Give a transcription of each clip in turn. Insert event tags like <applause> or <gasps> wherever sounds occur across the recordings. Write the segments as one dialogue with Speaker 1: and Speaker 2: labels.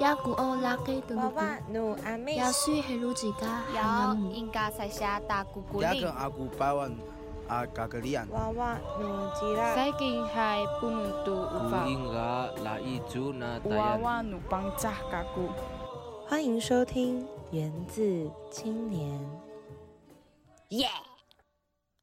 Speaker 1: 拉古欧拉给的
Speaker 2: 娃
Speaker 1: 鲁
Speaker 2: 娃努阿妹，
Speaker 1: 亚苏黑鲁吉嘎海
Speaker 3: 要
Speaker 1: 南姆，
Speaker 3: 应该才下大姑姑
Speaker 4: Dagang
Speaker 3: 令。
Speaker 4: aku bawan agak-galian.
Speaker 2: 娃娃努吉拉，
Speaker 5: Saya kini hai pemuntu ufa.
Speaker 6: Kuingga laiju na tayan.
Speaker 5: Wawa nu pangcah kaku.
Speaker 2: 欢迎收听《源自青年》。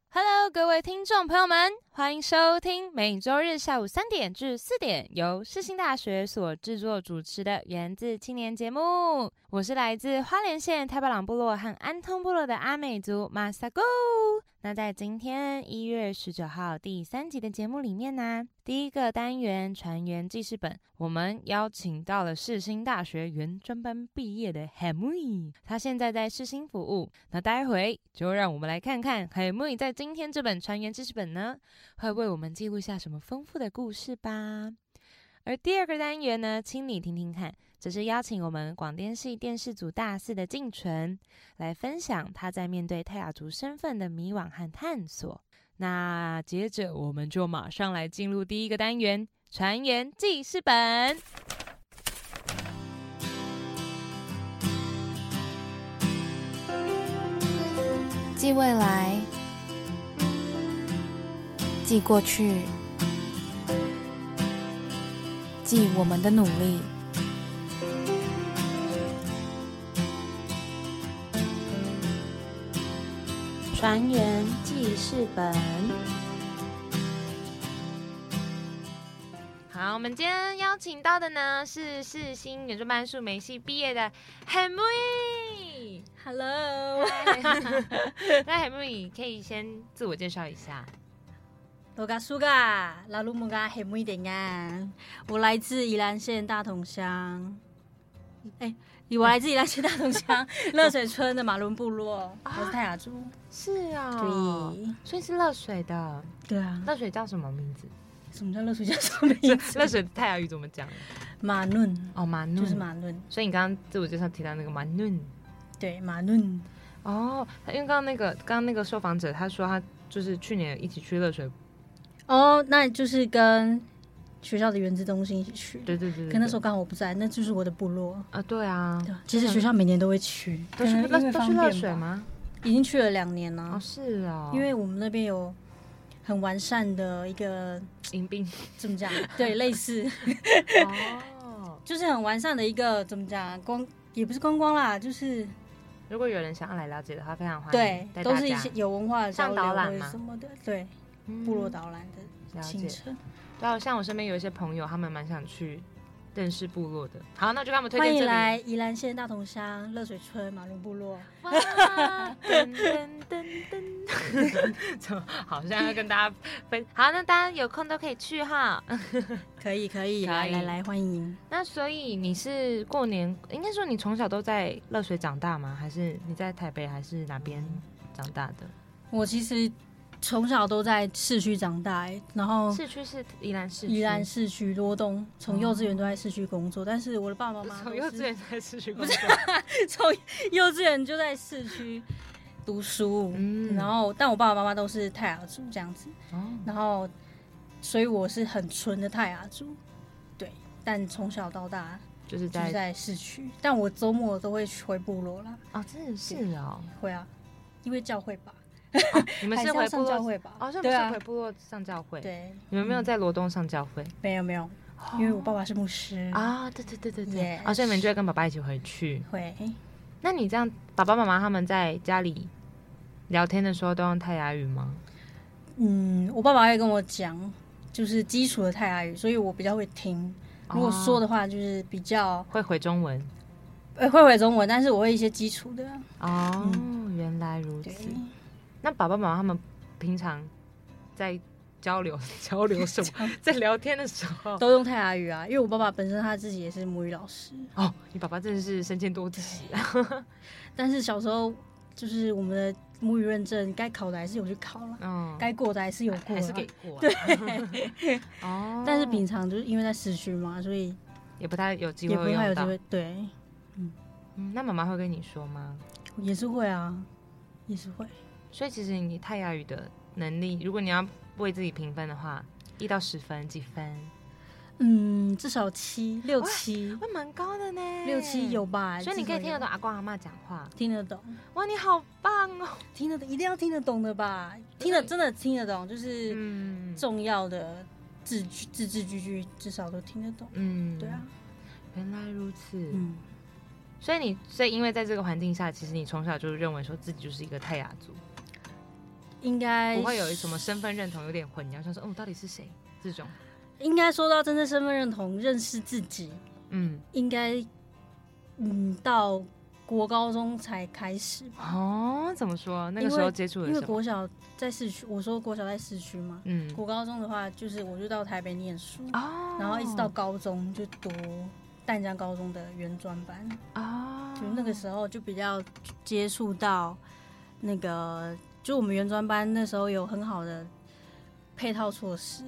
Speaker 7: Hello，各位听众朋友们，欢迎收听每周日下午三点至四点由世新大学所制作主持的《源自青年》节目。我是来自花莲县太巴朗部落和安通部落的阿美族马萨狗。那在今天一月十九号第三集的节目里面呢，第一个单元“船员记事本”，我们邀请到了世新大学原专班毕业的 Hamui，他现在在世新服务。那待会就让我们来看看 Hamui 在今天这本《船员记事本》呢，会为我们记录下什么丰富的故事吧。而第二个单元呢，请你听听看，这是邀请我们广电系电视组大四的静纯，来分享他在面对泰雅族身份的迷惘和探索。那接着我们就马上来进入第一个单元——船员记事本。
Speaker 8: 记未来，记过去，记我们的努力。
Speaker 7: 船员记事本。好，我们今天邀请到的呢是世新原住班数美系毕业的 Henry。Hello，那 Henry 可以先自我介绍一下。
Speaker 9: 罗嘎苏嘎拉鲁木嘎黑木一点呀，我来自宜兰县大同乡，哎、我来自宜兰县大同 <laughs> 乡热水村的马伦部落，我是泰雅族。
Speaker 7: 是啊、
Speaker 9: 对，
Speaker 7: 所以是乐水的，
Speaker 9: 哦对啊，
Speaker 7: 乐水叫什么名字？
Speaker 9: 什么叫热水叫什么名字？
Speaker 7: 乐水泰雅语怎么讲？
Speaker 9: 马伦，
Speaker 7: 哦，马嫩
Speaker 9: 就是。马伦，
Speaker 7: 所以你刚刚自我介绍提到那个马嫩
Speaker 9: 对马伦，
Speaker 7: 哦，因为刚刚那个刚刚那个受访者他说他就是去年一起去乐水，
Speaker 9: 哦，那就是跟学校的原子中心一起去，
Speaker 7: 对对对对，
Speaker 9: 可那时候
Speaker 7: 对
Speaker 9: 刚好我不在，那就是我的部落。
Speaker 7: 啊，对啊，
Speaker 9: 对啊，其实学校每年都会去，
Speaker 7: 都是
Speaker 9: 可能因
Speaker 7: 乐
Speaker 9: 为
Speaker 7: 都
Speaker 9: 方
Speaker 7: 是
Speaker 9: 便
Speaker 7: 乐水
Speaker 9: 吧？
Speaker 7: 吗？
Speaker 9: 已经去了两年了。
Speaker 7: 哦，是哦，
Speaker 9: 因为我们那边有很完善的一个
Speaker 7: 迎宾
Speaker 9: 怎
Speaker 7: <laughs>
Speaker 9: 么讲？对，类似
Speaker 7: 哦。
Speaker 9: 就是很完善的一个怎么讲？观也不是观光啦，就是
Speaker 7: 如果有人想要来了解的话，非常欢
Speaker 9: 对
Speaker 7: 迎，带大家，
Speaker 9: 都是一些有文化的交
Speaker 7: 上
Speaker 9: 流
Speaker 7: 导览
Speaker 9: 或者
Speaker 7: 吗
Speaker 9: 什么的，对，
Speaker 7: 嗯
Speaker 9: 部落导览的
Speaker 7: 了
Speaker 9: 行
Speaker 7: 解。
Speaker 9: 程。
Speaker 7: 对啊，像我身边有一些朋友，他们蛮想去认识部落的。好，那我就给他们推
Speaker 9: 欢
Speaker 7: 荐这
Speaker 9: 迎
Speaker 7: 里。
Speaker 9: 来宜兰县大同乡热水村马伦部落，
Speaker 7: 哇噔噔噔 <laughs> 噔，怎么好像要跟大家分？ <laughs> 好，那大家有空都可以去哈。
Speaker 9: 可以可以，
Speaker 7: 可
Speaker 9: 来
Speaker 7: 以
Speaker 9: 来来，欢迎。
Speaker 7: 那所以你是过年，应该说你从小都在乐水长大吗？还是你在台北还是哪边长大的？
Speaker 9: 我其实从小都在市区长大、欸然后
Speaker 7: 市区是宜兰市区，
Speaker 9: 宜兰市区罗东，从幼稚园都在市区工作，但是我的爸爸妈妈
Speaker 7: 从
Speaker 9: 都
Speaker 7: 幼
Speaker 9: 是
Speaker 7: 稚园在市区工作。
Speaker 9: <laughs> 从幼稚园就在市区读书，
Speaker 7: 嗯
Speaker 9: 然后但我爸爸妈妈都是泰雅族这样子，
Speaker 7: 哦
Speaker 9: 然后所以我是很纯的泰雅族，对，但从小到大
Speaker 7: 就是
Speaker 9: 就是
Speaker 7: 在
Speaker 9: 在市区，但我周末都会回部落啦，
Speaker 7: 哦，真的是哦，
Speaker 9: 会啊，因为教会吧，
Speaker 7: 你们
Speaker 9: 还
Speaker 7: 是
Speaker 9: 要
Speaker 7: 回部
Speaker 9: 上教
Speaker 7: 落
Speaker 9: 会吧，
Speaker 7: 哦，是不
Speaker 9: 对
Speaker 7: 是
Speaker 9: 啊
Speaker 7: 回，部落上教会？，
Speaker 9: 对，
Speaker 7: 你们没有在罗东上教会？
Speaker 9: 没有没有，因为我爸爸是牧师，
Speaker 7: 啊，对对对对对，
Speaker 9: Yes
Speaker 7: 啊，所以你们就会跟爸爸一起回去。
Speaker 9: 会
Speaker 7: 那你这样，爸爸妈妈他们在家里聊天的时候都用泰雅语吗？
Speaker 9: 嗯，我爸爸会跟我讲，就是基础的泰雅语，所以我比较会听。如
Speaker 7: 哦
Speaker 9: 果说的话，就是比较
Speaker 7: 会回中文
Speaker 9: 呃会会中文，但是我会一些基础的。
Speaker 7: 哦，原来如
Speaker 9: 对
Speaker 7: 此。，那爸爸妈妈他们平常在交流 <laughs> 交流什
Speaker 9: <laughs>
Speaker 7: 么？在聊天的时候，
Speaker 9: 都用泰雅语啊，因为我爸爸本身他自己也是母语老师，
Speaker 7: 哦，你爸爸真的是身兼多职啊！
Speaker 9: 但是小时候就是我们的母语认证该考的还是有去考了，
Speaker 7: 嗯，
Speaker 9: 哦该过的还是有过
Speaker 7: 还
Speaker 9: 啦
Speaker 7: 是给过对 <laughs> 哦，
Speaker 9: 但是平常就是因为在市区嘛，所以
Speaker 7: 也不太有机
Speaker 9: 也不
Speaker 7: 会
Speaker 9: 太有
Speaker 7: 用
Speaker 9: 机
Speaker 7: 到。
Speaker 9: 会。对，
Speaker 7: 嗯，那妈妈会跟你说吗？
Speaker 9: 也是会啊，也是会。
Speaker 7: 所以其实你泰雅语的能力，如果你要为自己评分的话，一到十分几分？
Speaker 9: 嗯，嗯，至少七六七
Speaker 7: 会蛮高的呢，
Speaker 9: 六七有，吧？
Speaker 7: 所以你可以
Speaker 9: 至少有
Speaker 7: 听得懂阿公阿妈讲话。
Speaker 9: 听得懂，
Speaker 7: 哇，你好棒哦！
Speaker 9: 听得懂，一定要听得懂的吧？听得真的听得懂，就是
Speaker 7: 嗯，
Speaker 9: 重要的字句字字句句至少都听得懂。
Speaker 7: 嗯，
Speaker 9: 对啊，，
Speaker 7: 原来如此。
Speaker 9: 嗯，
Speaker 7: 所以你，所以因为在这个环境下，其实你从小就认为说自己就是一个泰雅族，
Speaker 9: 应该
Speaker 7: 不会有什么身份认同有点混淆，想说哦，我到底是谁这种？
Speaker 9: 应该说到真正身份认同，认识自己，
Speaker 7: 嗯，
Speaker 9: 应该嗯到国高中才开始吧。
Speaker 7: 哦，怎么说？那
Speaker 9: 因
Speaker 7: 个
Speaker 9: 为
Speaker 7: 时候接触的
Speaker 9: 因为
Speaker 7: 什么？
Speaker 9: 国小在市区，我说国小在市区嘛，
Speaker 7: 嗯，
Speaker 9: 国高中的话就是我就到台北念书，
Speaker 7: 哦，
Speaker 9: 然后一直到高中就读淡江高中的原专班，
Speaker 7: 哦，
Speaker 9: 就那个时候就比较接触到那个，就我们原专班那时候有很好的配套措施，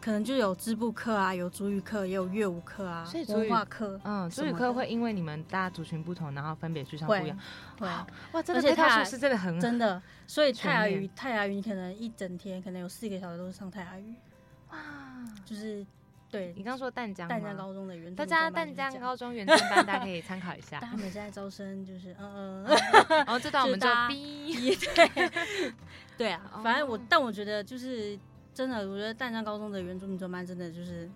Speaker 9: 可能就有织布课啊，有主语课，也有乐舞课啊
Speaker 7: 所以，族语
Speaker 9: 文化课，
Speaker 7: 嗯，所以
Speaker 9: 什么
Speaker 7: 课
Speaker 9: 的
Speaker 7: 会因为你们大家族群不同，然后分别去上不一
Speaker 9: 会
Speaker 7: 样。
Speaker 9: 会。
Speaker 7: 哇，这
Speaker 9: 而
Speaker 7: 个
Speaker 9: 且
Speaker 7: 配套
Speaker 9: 它
Speaker 7: 措施真的很
Speaker 9: 啊 <laughs> 真的，所以泰雅
Speaker 7: 全
Speaker 9: 语
Speaker 7: 面，
Speaker 9: 泰雅语，你可能一整天可能有四个小时都是上泰雅语，
Speaker 7: 哇。
Speaker 9: 就是对
Speaker 7: 你刚说淡江吗，
Speaker 9: 淡江高中的原
Speaker 7: 大
Speaker 9: 住民
Speaker 7: 家
Speaker 9: 专
Speaker 7: 淡
Speaker 9: 班就是
Speaker 7: 江
Speaker 9: 这样
Speaker 7: 高中原正班，大家可以参考一下
Speaker 9: 但。他们现在招生就是嗯嗯，
Speaker 7: 然后这段我们就
Speaker 9: <laughs> 就大家 <laughs>
Speaker 7: 逼。
Speaker 9: 对啊，反正
Speaker 7: 哦
Speaker 9: 我，但我觉得就是真的，我觉得淡江高中的原住民专班真的就是，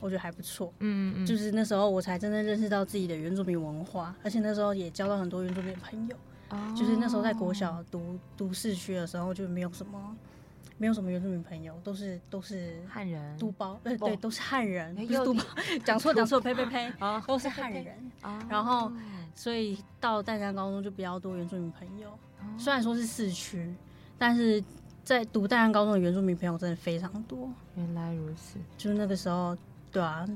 Speaker 9: 我觉得还不错。
Speaker 7: 嗯嗯，
Speaker 9: 就是那时候我才真正认识到自己的原住民文化，而且那时候也交到很多原住民朋友。
Speaker 7: 哦
Speaker 9: 就是那时候在国小读读市区的时候，就没有什么没有什么原住民朋友，都是都是
Speaker 7: 汉人
Speaker 9: 都包，呃
Speaker 7: 哦
Speaker 9: 对，都是汉人，
Speaker 7: 哎
Speaker 9: 不是
Speaker 7: 又
Speaker 9: 都包，讲错讲错，呸呸呸，
Speaker 7: <laughs> 哦
Speaker 9: 都是汉人。
Speaker 7: 哦
Speaker 9: 然后所以到淡江高中就比较多原住民朋友，
Speaker 7: 哦
Speaker 9: 虽然说是市区，但是在读淡江高中的原住民朋友真的非常多。
Speaker 7: 原来如此，
Speaker 9: 就是那个时候，对啊，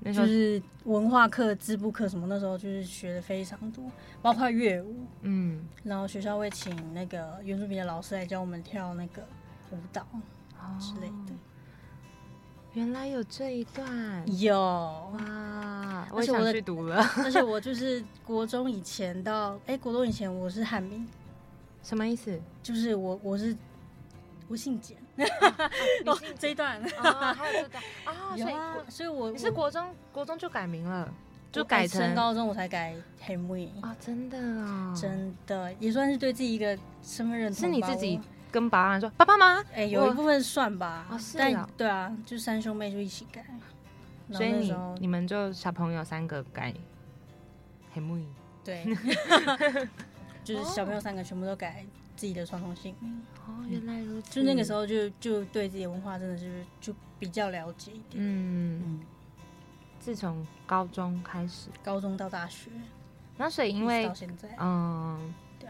Speaker 7: 那时
Speaker 9: 就
Speaker 7: 候
Speaker 9: 是文化课、织布课什么，那时候就是学的非常多，包括乐舞。
Speaker 7: 嗯
Speaker 9: 然后学校会请那个原住民的老师来教我们跳那个舞蹈之类的。
Speaker 7: 哦原来有这一段
Speaker 9: 有，
Speaker 7: 哇，我
Speaker 9: 而
Speaker 7: 也
Speaker 9: 且我
Speaker 7: 想
Speaker 9: 的
Speaker 7: 去读了，
Speaker 9: <laughs> 而且我就是国中以前到，哎、国中以前我是汉民，
Speaker 7: 什么意思？
Speaker 9: 就是我我是我姓 <laughs> 简，
Speaker 7: 你
Speaker 9: 哦
Speaker 7: 姓，
Speaker 9: 这一段
Speaker 7: 哦，还有这段啊，
Speaker 9: 有
Speaker 7: 所以
Speaker 9: 啊
Speaker 7: 国，
Speaker 9: 所以我
Speaker 7: 你是
Speaker 9: 我
Speaker 7: 国中国中就改名了，就
Speaker 9: 我
Speaker 7: 改
Speaker 9: 升
Speaker 7: 成
Speaker 9: 高中我才改黑木影。
Speaker 7: 啊，真的啊，
Speaker 9: 真的也算是对自己一个身份认同吧。
Speaker 7: 是你自己
Speaker 9: 我
Speaker 7: 跟爸爸说，爸爸妈妈，
Speaker 9: 哎、有
Speaker 7: 我
Speaker 9: 一部分算吧，
Speaker 7: 哦是
Speaker 9: 但
Speaker 7: 啊
Speaker 9: 对啊，就三兄妹就一起改。然后
Speaker 7: 所以
Speaker 9: 那
Speaker 7: 你
Speaker 9: 时候
Speaker 7: 你们就小朋友三个改黑木影， <laughs>
Speaker 9: 对，就是小朋友三个全部都改自己的传统姓名，
Speaker 7: 哦，原来如此，
Speaker 9: 就那个时候就就对自己的文化真的是就比较了解一点。
Speaker 7: 嗯，
Speaker 9: 嗯，
Speaker 7: 自从高中开始，
Speaker 9: 高中到大学，
Speaker 7: 那所以因
Speaker 9: 一直
Speaker 7: 为
Speaker 9: 到现在，
Speaker 7: 嗯，
Speaker 9: 啊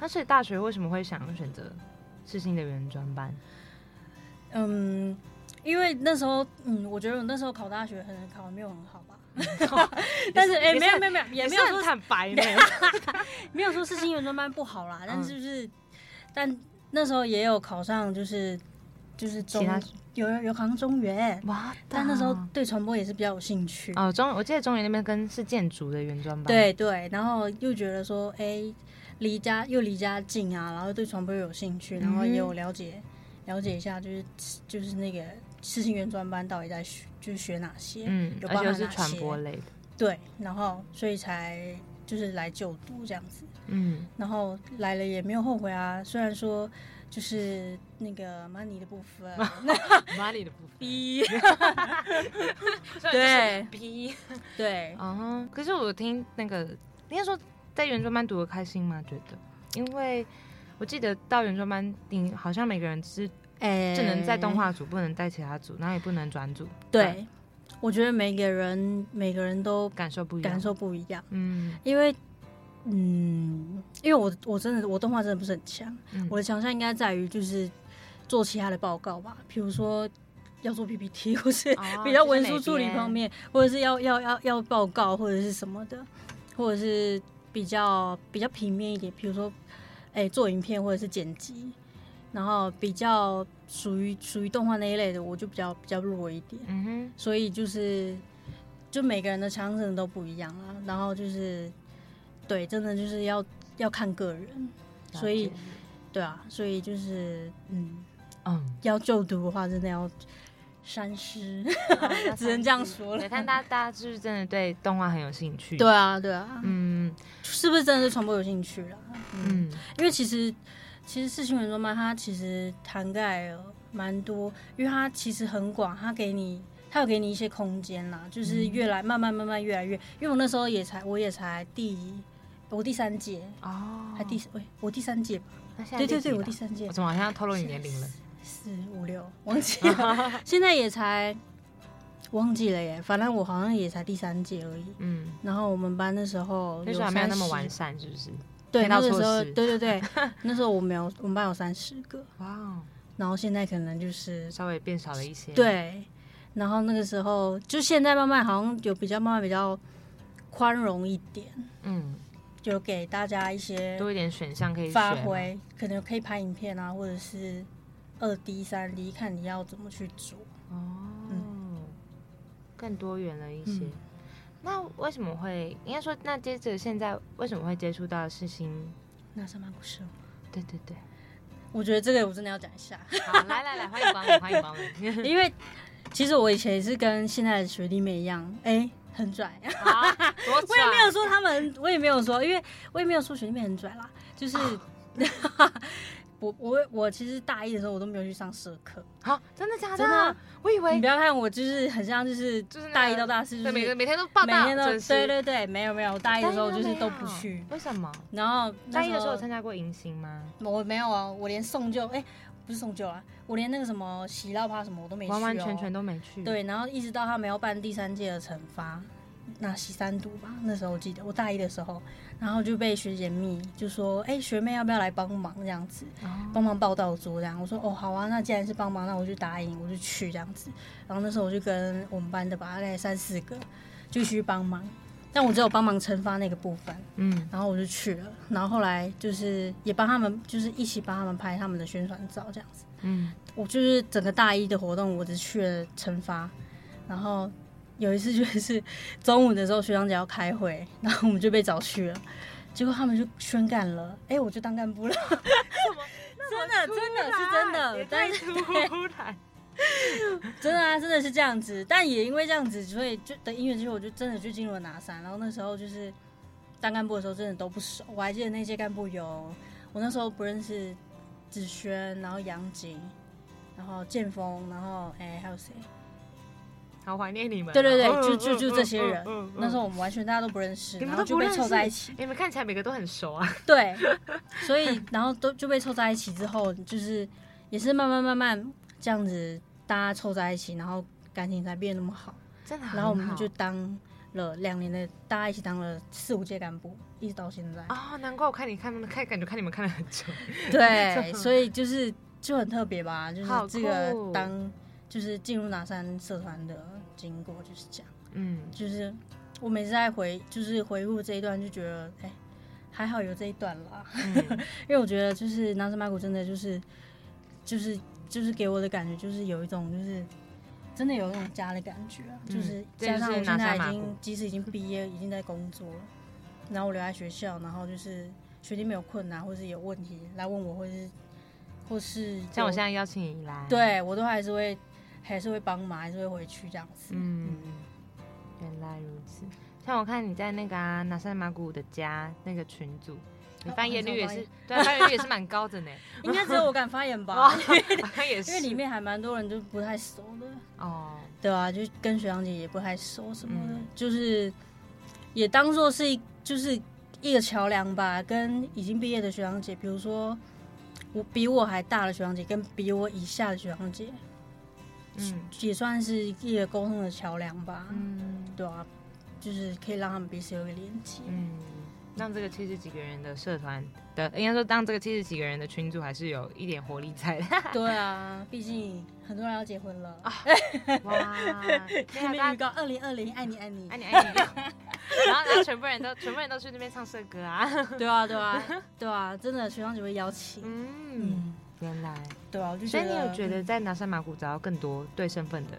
Speaker 7: 那所以大学为什么会想要选择世新的原专班？
Speaker 9: 嗯，因为那时候，嗯，我觉得我那时候考大学可能考的没有很好吧，
Speaker 7: <laughs>
Speaker 9: 但是
Speaker 7: 也
Speaker 9: 哎、
Speaker 7: 是
Speaker 9: 没有没有没有，也没有
Speaker 7: 是很
Speaker 9: 说
Speaker 7: 坦白呢。
Speaker 9: 没有说是新原专班不好啦，但
Speaker 7: 嗯
Speaker 9: 是就是，但那时候也有考上，就是就是中
Speaker 7: <laughs> 其他
Speaker 9: 有有考上中原，
Speaker 7: 哇，
Speaker 9: 但那时候对传播也是比较有兴趣。
Speaker 7: 哦，中我记得中原那边跟是建筑的原专班，，
Speaker 9: 对对，然后又觉得说，哎，离家又离家近啊，然后对传播又有兴趣，
Speaker 7: 嗯
Speaker 9: 然后也有了解、了解一下，就是就是那个事情原专班到底在学，就是学哪些，
Speaker 7: 嗯，
Speaker 9: 有
Speaker 7: 而
Speaker 9: 包
Speaker 7: 且又
Speaker 9: 含
Speaker 7: 是
Speaker 9: 哪
Speaker 7: 传播
Speaker 9: 些，
Speaker 7: 类的，
Speaker 9: 对，然后所以才就是来就读这样子，
Speaker 7: 嗯，
Speaker 9: 然后来了也没有后悔啊，虽然说就是那个 money 的
Speaker 7: <laughs>
Speaker 9: 部分，
Speaker 7: 哪里的部分？
Speaker 9: 逼，
Speaker 7: 对，逼。
Speaker 9: <laughs>
Speaker 7: <laughs>
Speaker 9: 对，
Speaker 7: 哦，可是我听那个，应该说在原专班读的开心吗？觉得，因为我记得到原专班，你好像每个人是
Speaker 9: 哎
Speaker 7: 只能在动画组，不能在其他组，然后也不能转组，
Speaker 9: 对。我觉得每个人每个人都
Speaker 7: 感受不一样。
Speaker 9: 感，受不一样，
Speaker 7: 嗯，
Speaker 9: 因为，嗯，因为我我真的我动画真的不是很强，
Speaker 7: 嗯
Speaker 9: 我的强项应该在于就是做其他的报告吧，比如说要做 PPT 或是
Speaker 7: 哦
Speaker 9: 比较
Speaker 7: 就是
Speaker 9: 文
Speaker 7: 美
Speaker 9: 书处理
Speaker 7: 编
Speaker 9: 方面，或者是要要要要报告或者是什么的，或者是比较比较平面一点，比如说哎、做影片或者是剪辑，然后比较属于属于动画那一类的，我就比较比较弱一点。
Speaker 7: 嗯哼，
Speaker 9: 所以就是就每个人的强项都不一样啊。然后就是对，真的就是要要看个人，
Speaker 7: 了
Speaker 9: 所以
Speaker 7: 解
Speaker 9: 对啊，所以就是嗯，
Speaker 7: 嗯， <laughs>
Speaker 9: 要就读的话，真的要 <laughs> 山师，
Speaker 7: 哦
Speaker 9: <laughs> 只能这样说了
Speaker 7: 对，但大家大家就是真的对动画很有兴趣。
Speaker 9: 对，啊，对啊，
Speaker 7: 嗯
Speaker 9: 是不是真的是传播有兴趣了？嗯，
Speaker 7: 嗯，
Speaker 9: 因为其实其实四星原装漫它其实涵盖了蛮多，因为它其实很广，它给你它有给你一些空间啦，就是
Speaker 7: 嗯
Speaker 9: 越来慢慢慢慢越来越，因为我那时候也才我也才第我第三届，
Speaker 7: 哦，
Speaker 9: 还第喂、我第三届吧，
Speaker 7: 那现在
Speaker 9: 对对
Speaker 7: 第几
Speaker 9: 对，我
Speaker 7: 了
Speaker 9: 第三届
Speaker 7: 我，怎么好像透露你年龄了？
Speaker 9: 四五六忘记
Speaker 7: <laughs>
Speaker 9: 了，现在也才忘记了耶，反正我好像也才第三届而已。
Speaker 7: 嗯，
Speaker 9: 然后我们班那时候
Speaker 7: 那时候还没有那么
Speaker 9: 30
Speaker 7: 完善，是不是？
Speaker 9: 对，
Speaker 7: 配
Speaker 9: 那
Speaker 7: 套
Speaker 9: 个
Speaker 7: 措
Speaker 9: 时候，
Speaker 7: 施
Speaker 9: 对
Speaker 7: <laughs>
Speaker 9: 对对，那时候我们有我们班有三十个，
Speaker 7: 哇哦，
Speaker 9: 然后现在可能就是
Speaker 7: 稍微变少了一些。，
Speaker 9: 对，然后那个时候就现在慢慢好像有比较慢慢比较宽容一点，
Speaker 7: 嗯，
Speaker 9: 就给大家一些
Speaker 7: 多一点选项可以
Speaker 9: 发
Speaker 7: 选
Speaker 9: 挥，可能可以拍影片啊，或者是二 D、三 D，看你要怎么去做。
Speaker 7: 哦，更多元了一些
Speaker 9: 嗯。
Speaker 7: 那为什么会应该说？那接着现在为什么会接触到世新？
Speaker 9: 那上班不是吗，
Speaker 7: 对对对，
Speaker 9: 我觉得这个我真的要讲一下， <laughs>
Speaker 7: 好，来来来，欢迎光临，欢迎光临。
Speaker 9: 因为其实我以前也是跟现在的学弟妹一样，哎，很拽。
Speaker 7: 好，多
Speaker 9: 我也没
Speaker 7: 爽
Speaker 9: 有说他们，我也没有说，因为我也没有说学弟妹很拽啦，就是。
Speaker 7: 啊
Speaker 9: <laughs> 我我我其实大一的时候我都没有去上社课，
Speaker 7: 好，真的假的？
Speaker 9: 真的啊
Speaker 7: 我以
Speaker 9: 你
Speaker 7: 为
Speaker 9: 不要看我就是很像就是
Speaker 7: 就是那个
Speaker 9: 大一到大四，就是
Speaker 7: 对每个每
Speaker 9: 每
Speaker 7: 天都报道，
Speaker 9: 天都
Speaker 7: 准时
Speaker 9: 对对对，没有没有，我大一的时候
Speaker 7: 大
Speaker 9: 就
Speaker 7: 一
Speaker 9: 是
Speaker 7: 没
Speaker 9: 都
Speaker 7: 有
Speaker 9: 不去，
Speaker 7: 为什么？
Speaker 9: 然后
Speaker 7: 大一的时候有
Speaker 9: 那
Speaker 7: 参加过迎新吗？
Speaker 9: 我没有啊，我连送旧哎、不是送旧啊，我连那个什么喜乐趴什么我都没去、哦，
Speaker 7: 完完全全都没去。，
Speaker 9: 对，然后一直到他们要办第三届的惩罚，那西三读吧，那时候我记得我大一的时候，然后就被学姐密就说，哎、学妹要不要来帮忙这样子，帮忙报到桌这样。我说哦好啊，那既然是帮忙，那我就答应，我就去这样子。然后那时候我就跟我们班的吧，大概三四个就去帮忙，但我只有帮忙惩罚那个部分，
Speaker 7: 嗯，
Speaker 9: 然后我就去了。然后后来就是也帮他们，就是一起帮他们拍他们的宣传照这样子。
Speaker 7: 嗯，
Speaker 9: 我就是整个大一的活动，我只去了惩罚，然后有一次就是中午的时候，学长姐要开会，然后我们就被找去了，结果他们就宣干了，哎、我就当干部了，真的真的是真 <laughs> 的，但是
Speaker 7: 突然，
Speaker 9: 真的啊，真的是这样子，但也因为这样子，所以就的音乐机会，我就真的去进入了拿三，然后那时候就是当干部的时候，真的都不熟，我还记得那届干部有我那时候不认识子轩，然后杨景，然后剑锋，然后哎、还有谁？
Speaker 7: 好怀念你们哦。
Speaker 9: 对对对
Speaker 7: 嗯
Speaker 9: 就就就这些人。
Speaker 7: 嗯嗯嗯嗯
Speaker 9: 那时候我们完全大家都不认识，
Speaker 7: 你
Speaker 9: 然
Speaker 7: 们
Speaker 9: 后
Speaker 7: 都
Speaker 9: 就
Speaker 7: 不
Speaker 9: 被
Speaker 7: 认
Speaker 9: 凑
Speaker 7: 识 <laughs>
Speaker 9: 在一起。
Speaker 7: 你们看起来每个都很熟啊。
Speaker 9: 对，所以然后都就被凑在一起之后，就是也是慢慢慢慢这样子，大家凑在一起，然后感情才变那么好。
Speaker 7: 真的很好，
Speaker 9: 然后我们就当了两年的，大家一起当了四五届干部，一直到现在。
Speaker 7: 啊、难怪我看你看看感觉看你们看了很久，
Speaker 9: 对，所以就是就很特别吧，就是
Speaker 7: 好
Speaker 9: 这个
Speaker 7: 酷
Speaker 9: 当就是进入哪山社团的经过就是这样。
Speaker 7: 嗯，
Speaker 9: 就是我每次在回，就是回顾这一段，就觉得哎、还好有这一段啦，
Speaker 7: 嗯
Speaker 9: <laughs> 因为我觉得就是南斯马古真的就是就是就是给我的感觉就是有一种就是真的有那种家的感觉啊，
Speaker 7: 嗯
Speaker 9: 就是
Speaker 7: 这
Speaker 9: 加上
Speaker 7: 就是
Speaker 9: 我现在
Speaker 7: 拿
Speaker 9: 已
Speaker 7: 萨马古
Speaker 9: 经即使已经毕业，已经在工作了，然后我留在学校，然后就是学弟没有困难或是有问题来问我，或是或是
Speaker 7: 像我
Speaker 9: 有
Speaker 7: 现在邀请你来，，
Speaker 9: 对我都还是会还是会帮忙，还是会回去这样子，
Speaker 7: 嗯，原来如此。像我看你在那个啊，拿山马古的家那个群组，你
Speaker 9: 哦
Speaker 7: 翻页率也
Speaker 9: 很
Speaker 7: 是
Speaker 9: 少，
Speaker 7: 对，翻页率也是蛮高的
Speaker 9: <laughs>
Speaker 7: 呢。
Speaker 9: 应该只有我敢
Speaker 7: <laughs>
Speaker 9: 发言吧
Speaker 7: 哇，。好像也是，
Speaker 9: 因为里面还蛮多人就不太熟的，
Speaker 7: 哦，
Speaker 9: 对啊，就跟学长姐也不太熟什么的，
Speaker 7: 嗯
Speaker 9: 就是也当做是一就是一个桥梁吧，跟已经毕业的学长姐，比如说我比我还大的学长姐，跟比我以下的学长姐，
Speaker 7: 嗯
Speaker 9: 也算是一个沟通的桥梁吧，
Speaker 7: 嗯
Speaker 9: 对啊，就是可以让他们彼此有一个连 <laughs> 接。
Speaker 7: 嗯，让这个七十几个人的社团的，应该说让这个七十几个人的群组还是有一点活力在的。
Speaker 9: 对啊，毕竟很多人要结婚了 <laughs> 啊，
Speaker 7: <laughs> 哇，
Speaker 9: 还
Speaker 7: 那
Speaker 9: 没
Speaker 7: 大家
Speaker 9: 预告二零二零，爱你爱你
Speaker 7: 爱你爱你。 <laughs> 然后，然后全部人都全部人都去那边唱社歌啊。
Speaker 9: <laughs> 对啊对啊对啊，真的学长姐会邀请，
Speaker 7: 嗯，
Speaker 9: 嗯，
Speaker 7: 原来。
Speaker 9: 对啊，我就
Speaker 7: 所
Speaker 9: 觉
Speaker 7: 以
Speaker 9: 得，
Speaker 7: 你有觉得在拿山马古找到更多对身份的，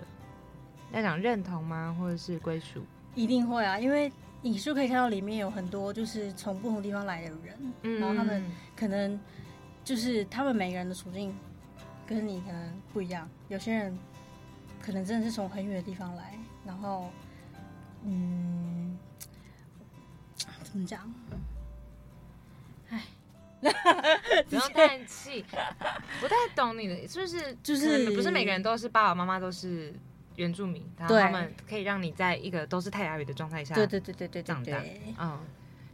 Speaker 7: 要讲认同吗，或者是归属？
Speaker 9: 一定会啊，因为影书可以看到里面有很多就是从不同地方来的人，
Speaker 7: 嗯
Speaker 9: 然后他们可能就是他们每个人的处境跟你可能不一样，有些人可能真的是从很远的地方来，然后，嗯，怎么讲？
Speaker 7: 不用叹气，不太懂你的，就是
Speaker 9: 就是
Speaker 7: 可能不是每个人都是爸爸妈妈都是原住民，然后
Speaker 9: 对
Speaker 7: 他们可以让你在一个都是泰雅语的状态下
Speaker 9: 对对对对对对
Speaker 7: 长大
Speaker 9: 对，，
Speaker 7: 嗯，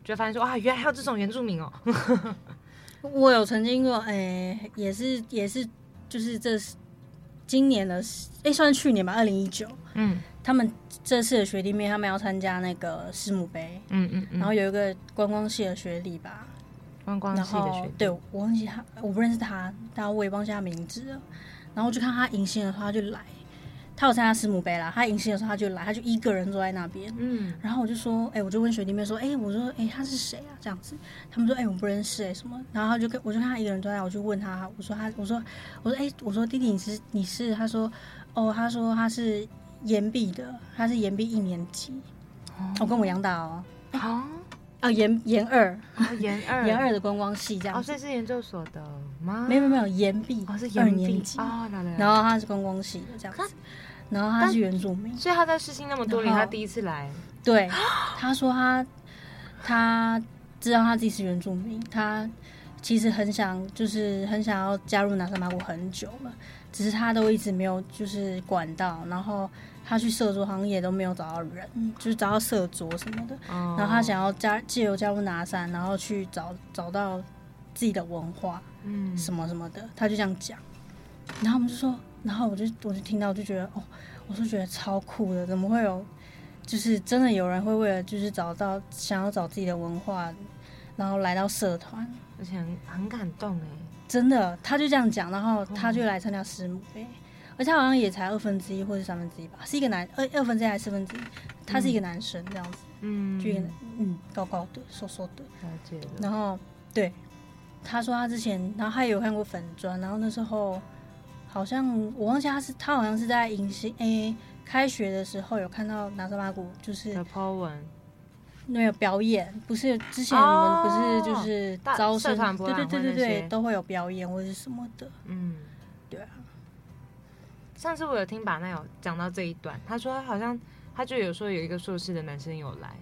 Speaker 7: 就会发现说哇，原来还有这种原住民哦，
Speaker 9: 我有曾经过，哎、也是也是，就是这是今年的，哎、算是去年吧，二零一九，
Speaker 7: 嗯
Speaker 9: 他们这次的学弟妹他们要参加那个师母杯，
Speaker 7: 嗯嗯嗯，
Speaker 9: 然后有一个观光系的学弟吧，
Speaker 7: 观光
Speaker 9: 然
Speaker 7: 系的
Speaker 9: 后
Speaker 7: 学弟，
Speaker 9: 对我忘记他，我不认识他，但我也忘记他名字了。然后我就看他迎新的时候，他就来，他有参加师母杯啦。他迎新的时候他就来，他就一个人坐在那边。
Speaker 7: 嗯
Speaker 9: 然后我就说，哎、我就问学弟妹说，哎、我说，哎、他是谁啊？这样子，他们说，哎、我们不认识、哎，什么？然后他就跟我就看他一个人坐在那，我就问他，我说他，我说，我说，哎、我说弟弟你是你是？他说，哦，他说他是延毕的，他是延毕一年级，我、跟我一样大哦，
Speaker 7: 好，
Speaker 9: 啊，延延二，
Speaker 7: 哦研二
Speaker 9: 延二的观光系这样
Speaker 7: 哦，
Speaker 9: 子。
Speaker 7: 所以是研究所的吗？
Speaker 9: 没有没有没有，延毕、
Speaker 7: 哦是
Speaker 9: 二
Speaker 7: 研
Speaker 9: 年
Speaker 7: 毕
Speaker 9: 级，
Speaker 7: 哦，了了，
Speaker 9: 然后他是观光系的这样子，然后他是原住民，
Speaker 7: 所以他在世新那么多年，
Speaker 9: 然后
Speaker 7: 他第一次来，
Speaker 9: 对，他说他他知道他自己是原住民，他其实很想就是很想要加入南山麻古很久了，只是他都一直没有就是管到，然后他去社桌好像也都没有找到人，就是找到社桌什么的，
Speaker 7: 然
Speaker 9: 然后他，想要加借由加入拿山，然后去找找到自己的文化，
Speaker 7: 嗯
Speaker 9: 什么什么的，他就这样讲，然后我们就说，然后我就我就听到，我就觉得哦，我是觉得超酷的，怎么会有，就是真的有人会为了就是找到想要找自己的文化，然后来到社团，
Speaker 7: 而且很很感动哎。
Speaker 9: 真的，他就这样讲，然后他就来参加师母
Speaker 7: 哦
Speaker 9: 杯，而且他好像也才二分之一或者三分之一吧，是一个男呃二二分之一还是四分之一，他是一个男生这样子，
Speaker 7: 嗯，
Speaker 9: 就一个男嗯高高的瘦瘦的，
Speaker 7: 了解了。
Speaker 9: 然后对，他说他之前，然后他也有看过粉砖，然后那时候好像我忘记他是他好像是在迎新诶、开学的时候有看到拿萨马古就是
Speaker 7: 的 po 文，
Speaker 9: 那个表演，不是之前你们不是就是
Speaker 7: 哦大
Speaker 9: 招
Speaker 7: 社
Speaker 9: 生
Speaker 7: 团博
Speaker 9: 对
Speaker 7: 览
Speaker 9: 对
Speaker 7: 会
Speaker 9: 对对
Speaker 7: 那些
Speaker 9: 对都会有表演或者是什么的，
Speaker 7: 嗯，
Speaker 9: 对啊，
Speaker 7: 上次我有听把奈有讲到这一段，他说他好像他就有说有一个硕士的男生有来，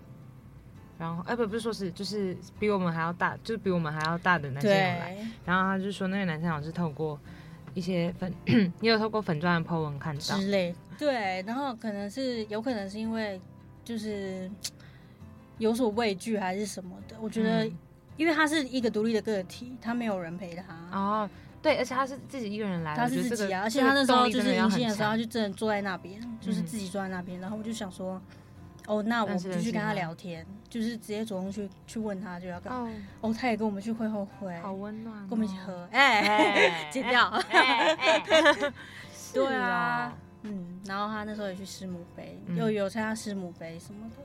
Speaker 7: 然后哎、不不是硕士，就是比我们还要大，就是比我们还要大的男生有来，
Speaker 9: 对
Speaker 7: 然后他就说那个男生好像是透过一些粉， <clears throat> 也有透过粉钻的 po 文看到，
Speaker 9: 之类的对，然后可能是有可能是因为就是有所畏惧还是什么的，我觉得。
Speaker 7: 嗯
Speaker 9: 因为他是一个独立的个体，他没有人陪他，
Speaker 7: 哦，对，而且他是自己一个人来，
Speaker 9: 他
Speaker 7: 我
Speaker 9: 是
Speaker 7: 觉得
Speaker 9: 自
Speaker 7: 这
Speaker 9: 己
Speaker 7: 个
Speaker 9: 啊，而且他那时候就
Speaker 7: 这个动
Speaker 9: 是
Speaker 7: 力真要
Speaker 9: 迎
Speaker 7: 很
Speaker 9: 新的时候，
Speaker 7: 强嗯
Speaker 9: 他就真的坐在那边，就是自己坐在那边，然后我就想说，哦，那我
Speaker 7: 但是
Speaker 9: 就
Speaker 7: 认识
Speaker 9: 去跟
Speaker 7: 他
Speaker 9: 他聊天，就是直接主动去去问他就要干嘛，
Speaker 7: 哦，
Speaker 9: 哦，他也跟我们去会后会，
Speaker 7: 好温暖、哦
Speaker 9: 跟我们一起，喝，哎， <laughs> 剪掉，
Speaker 7: 哎
Speaker 9: <laughs>
Speaker 7: 哎，
Speaker 9: 对啊，嗯，然后他那时候也去师母杯，
Speaker 7: 嗯哎
Speaker 9: 又有参加师母杯什么的，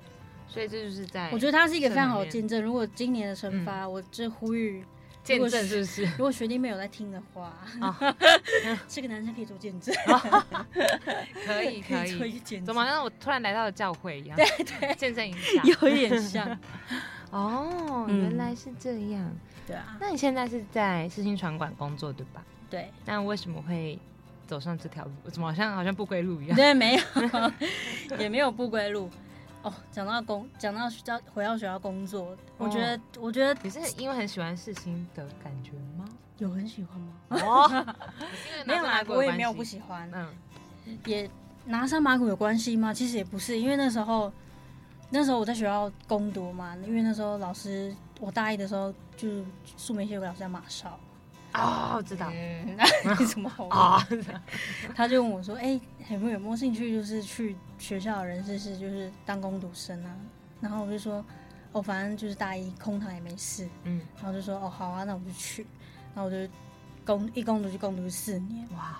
Speaker 7: 所以这就是在
Speaker 9: 我觉得他是一个非常好的
Speaker 7: 社
Speaker 9: 见证。如果今年的
Speaker 7: 嗯
Speaker 9: 惩罚，我这呼吁，
Speaker 7: 见证是不是？
Speaker 9: 如果学弟妹有在听的话
Speaker 7: 啊，
Speaker 9: <laughs> 这个男生可以做见证，
Speaker 7: 哦
Speaker 9: <laughs>
Speaker 7: 可以可
Speaker 9: 做一
Speaker 7: 以，
Speaker 9: 个见
Speaker 7: 怎
Speaker 9: 证
Speaker 7: 么好。像我突然来到了教会一样？对对，见证一下。
Speaker 9: <laughs> 有一点像，
Speaker 7: <laughs> 哦，
Speaker 9: 嗯
Speaker 7: 原来是这样。
Speaker 9: 对啊，
Speaker 7: 那你现在是在世新传管工作对吧？
Speaker 9: 对，
Speaker 7: 那为什么会走上这条路？我怎么好像好像不归路一样？
Speaker 9: <laughs> 对，没有，也没有不归路。哦，讲到工，讲到学校，回到学校工作，
Speaker 7: 哦
Speaker 9: 我觉得，我觉得
Speaker 7: <laughs> 你是因为很喜欢世新的感觉吗？
Speaker 9: 有很喜欢吗？
Speaker 7: <laughs> 哦，啊
Speaker 9: 没有啦
Speaker 7: 拿，过
Speaker 9: 我也
Speaker 7: 关
Speaker 9: 没有
Speaker 7: 系
Speaker 9: 不喜欢，
Speaker 7: 嗯
Speaker 9: 也拿上马古有关系吗？其实也不是，因为那时候，那时候我在学校攻读嘛，因为那时候老师，我大一的时候就是素梅系有个老师叫马
Speaker 7: <laughs>
Speaker 9: 少，
Speaker 7: 哦，我知道
Speaker 9: 嗯，那有什么好玩？
Speaker 7: 啊，
Speaker 9: 他就问我说：“哎、有没有有没有兴趣，就是去学校的人事室，就是当工读生啊？”然后我就说：“哦，反正就是大一空堂也没事。
Speaker 7: 嗯，”
Speaker 9: 然后就说：“哦，好啊，那我就去。”然后我就攻一攻读就攻读四年，
Speaker 7: 哇，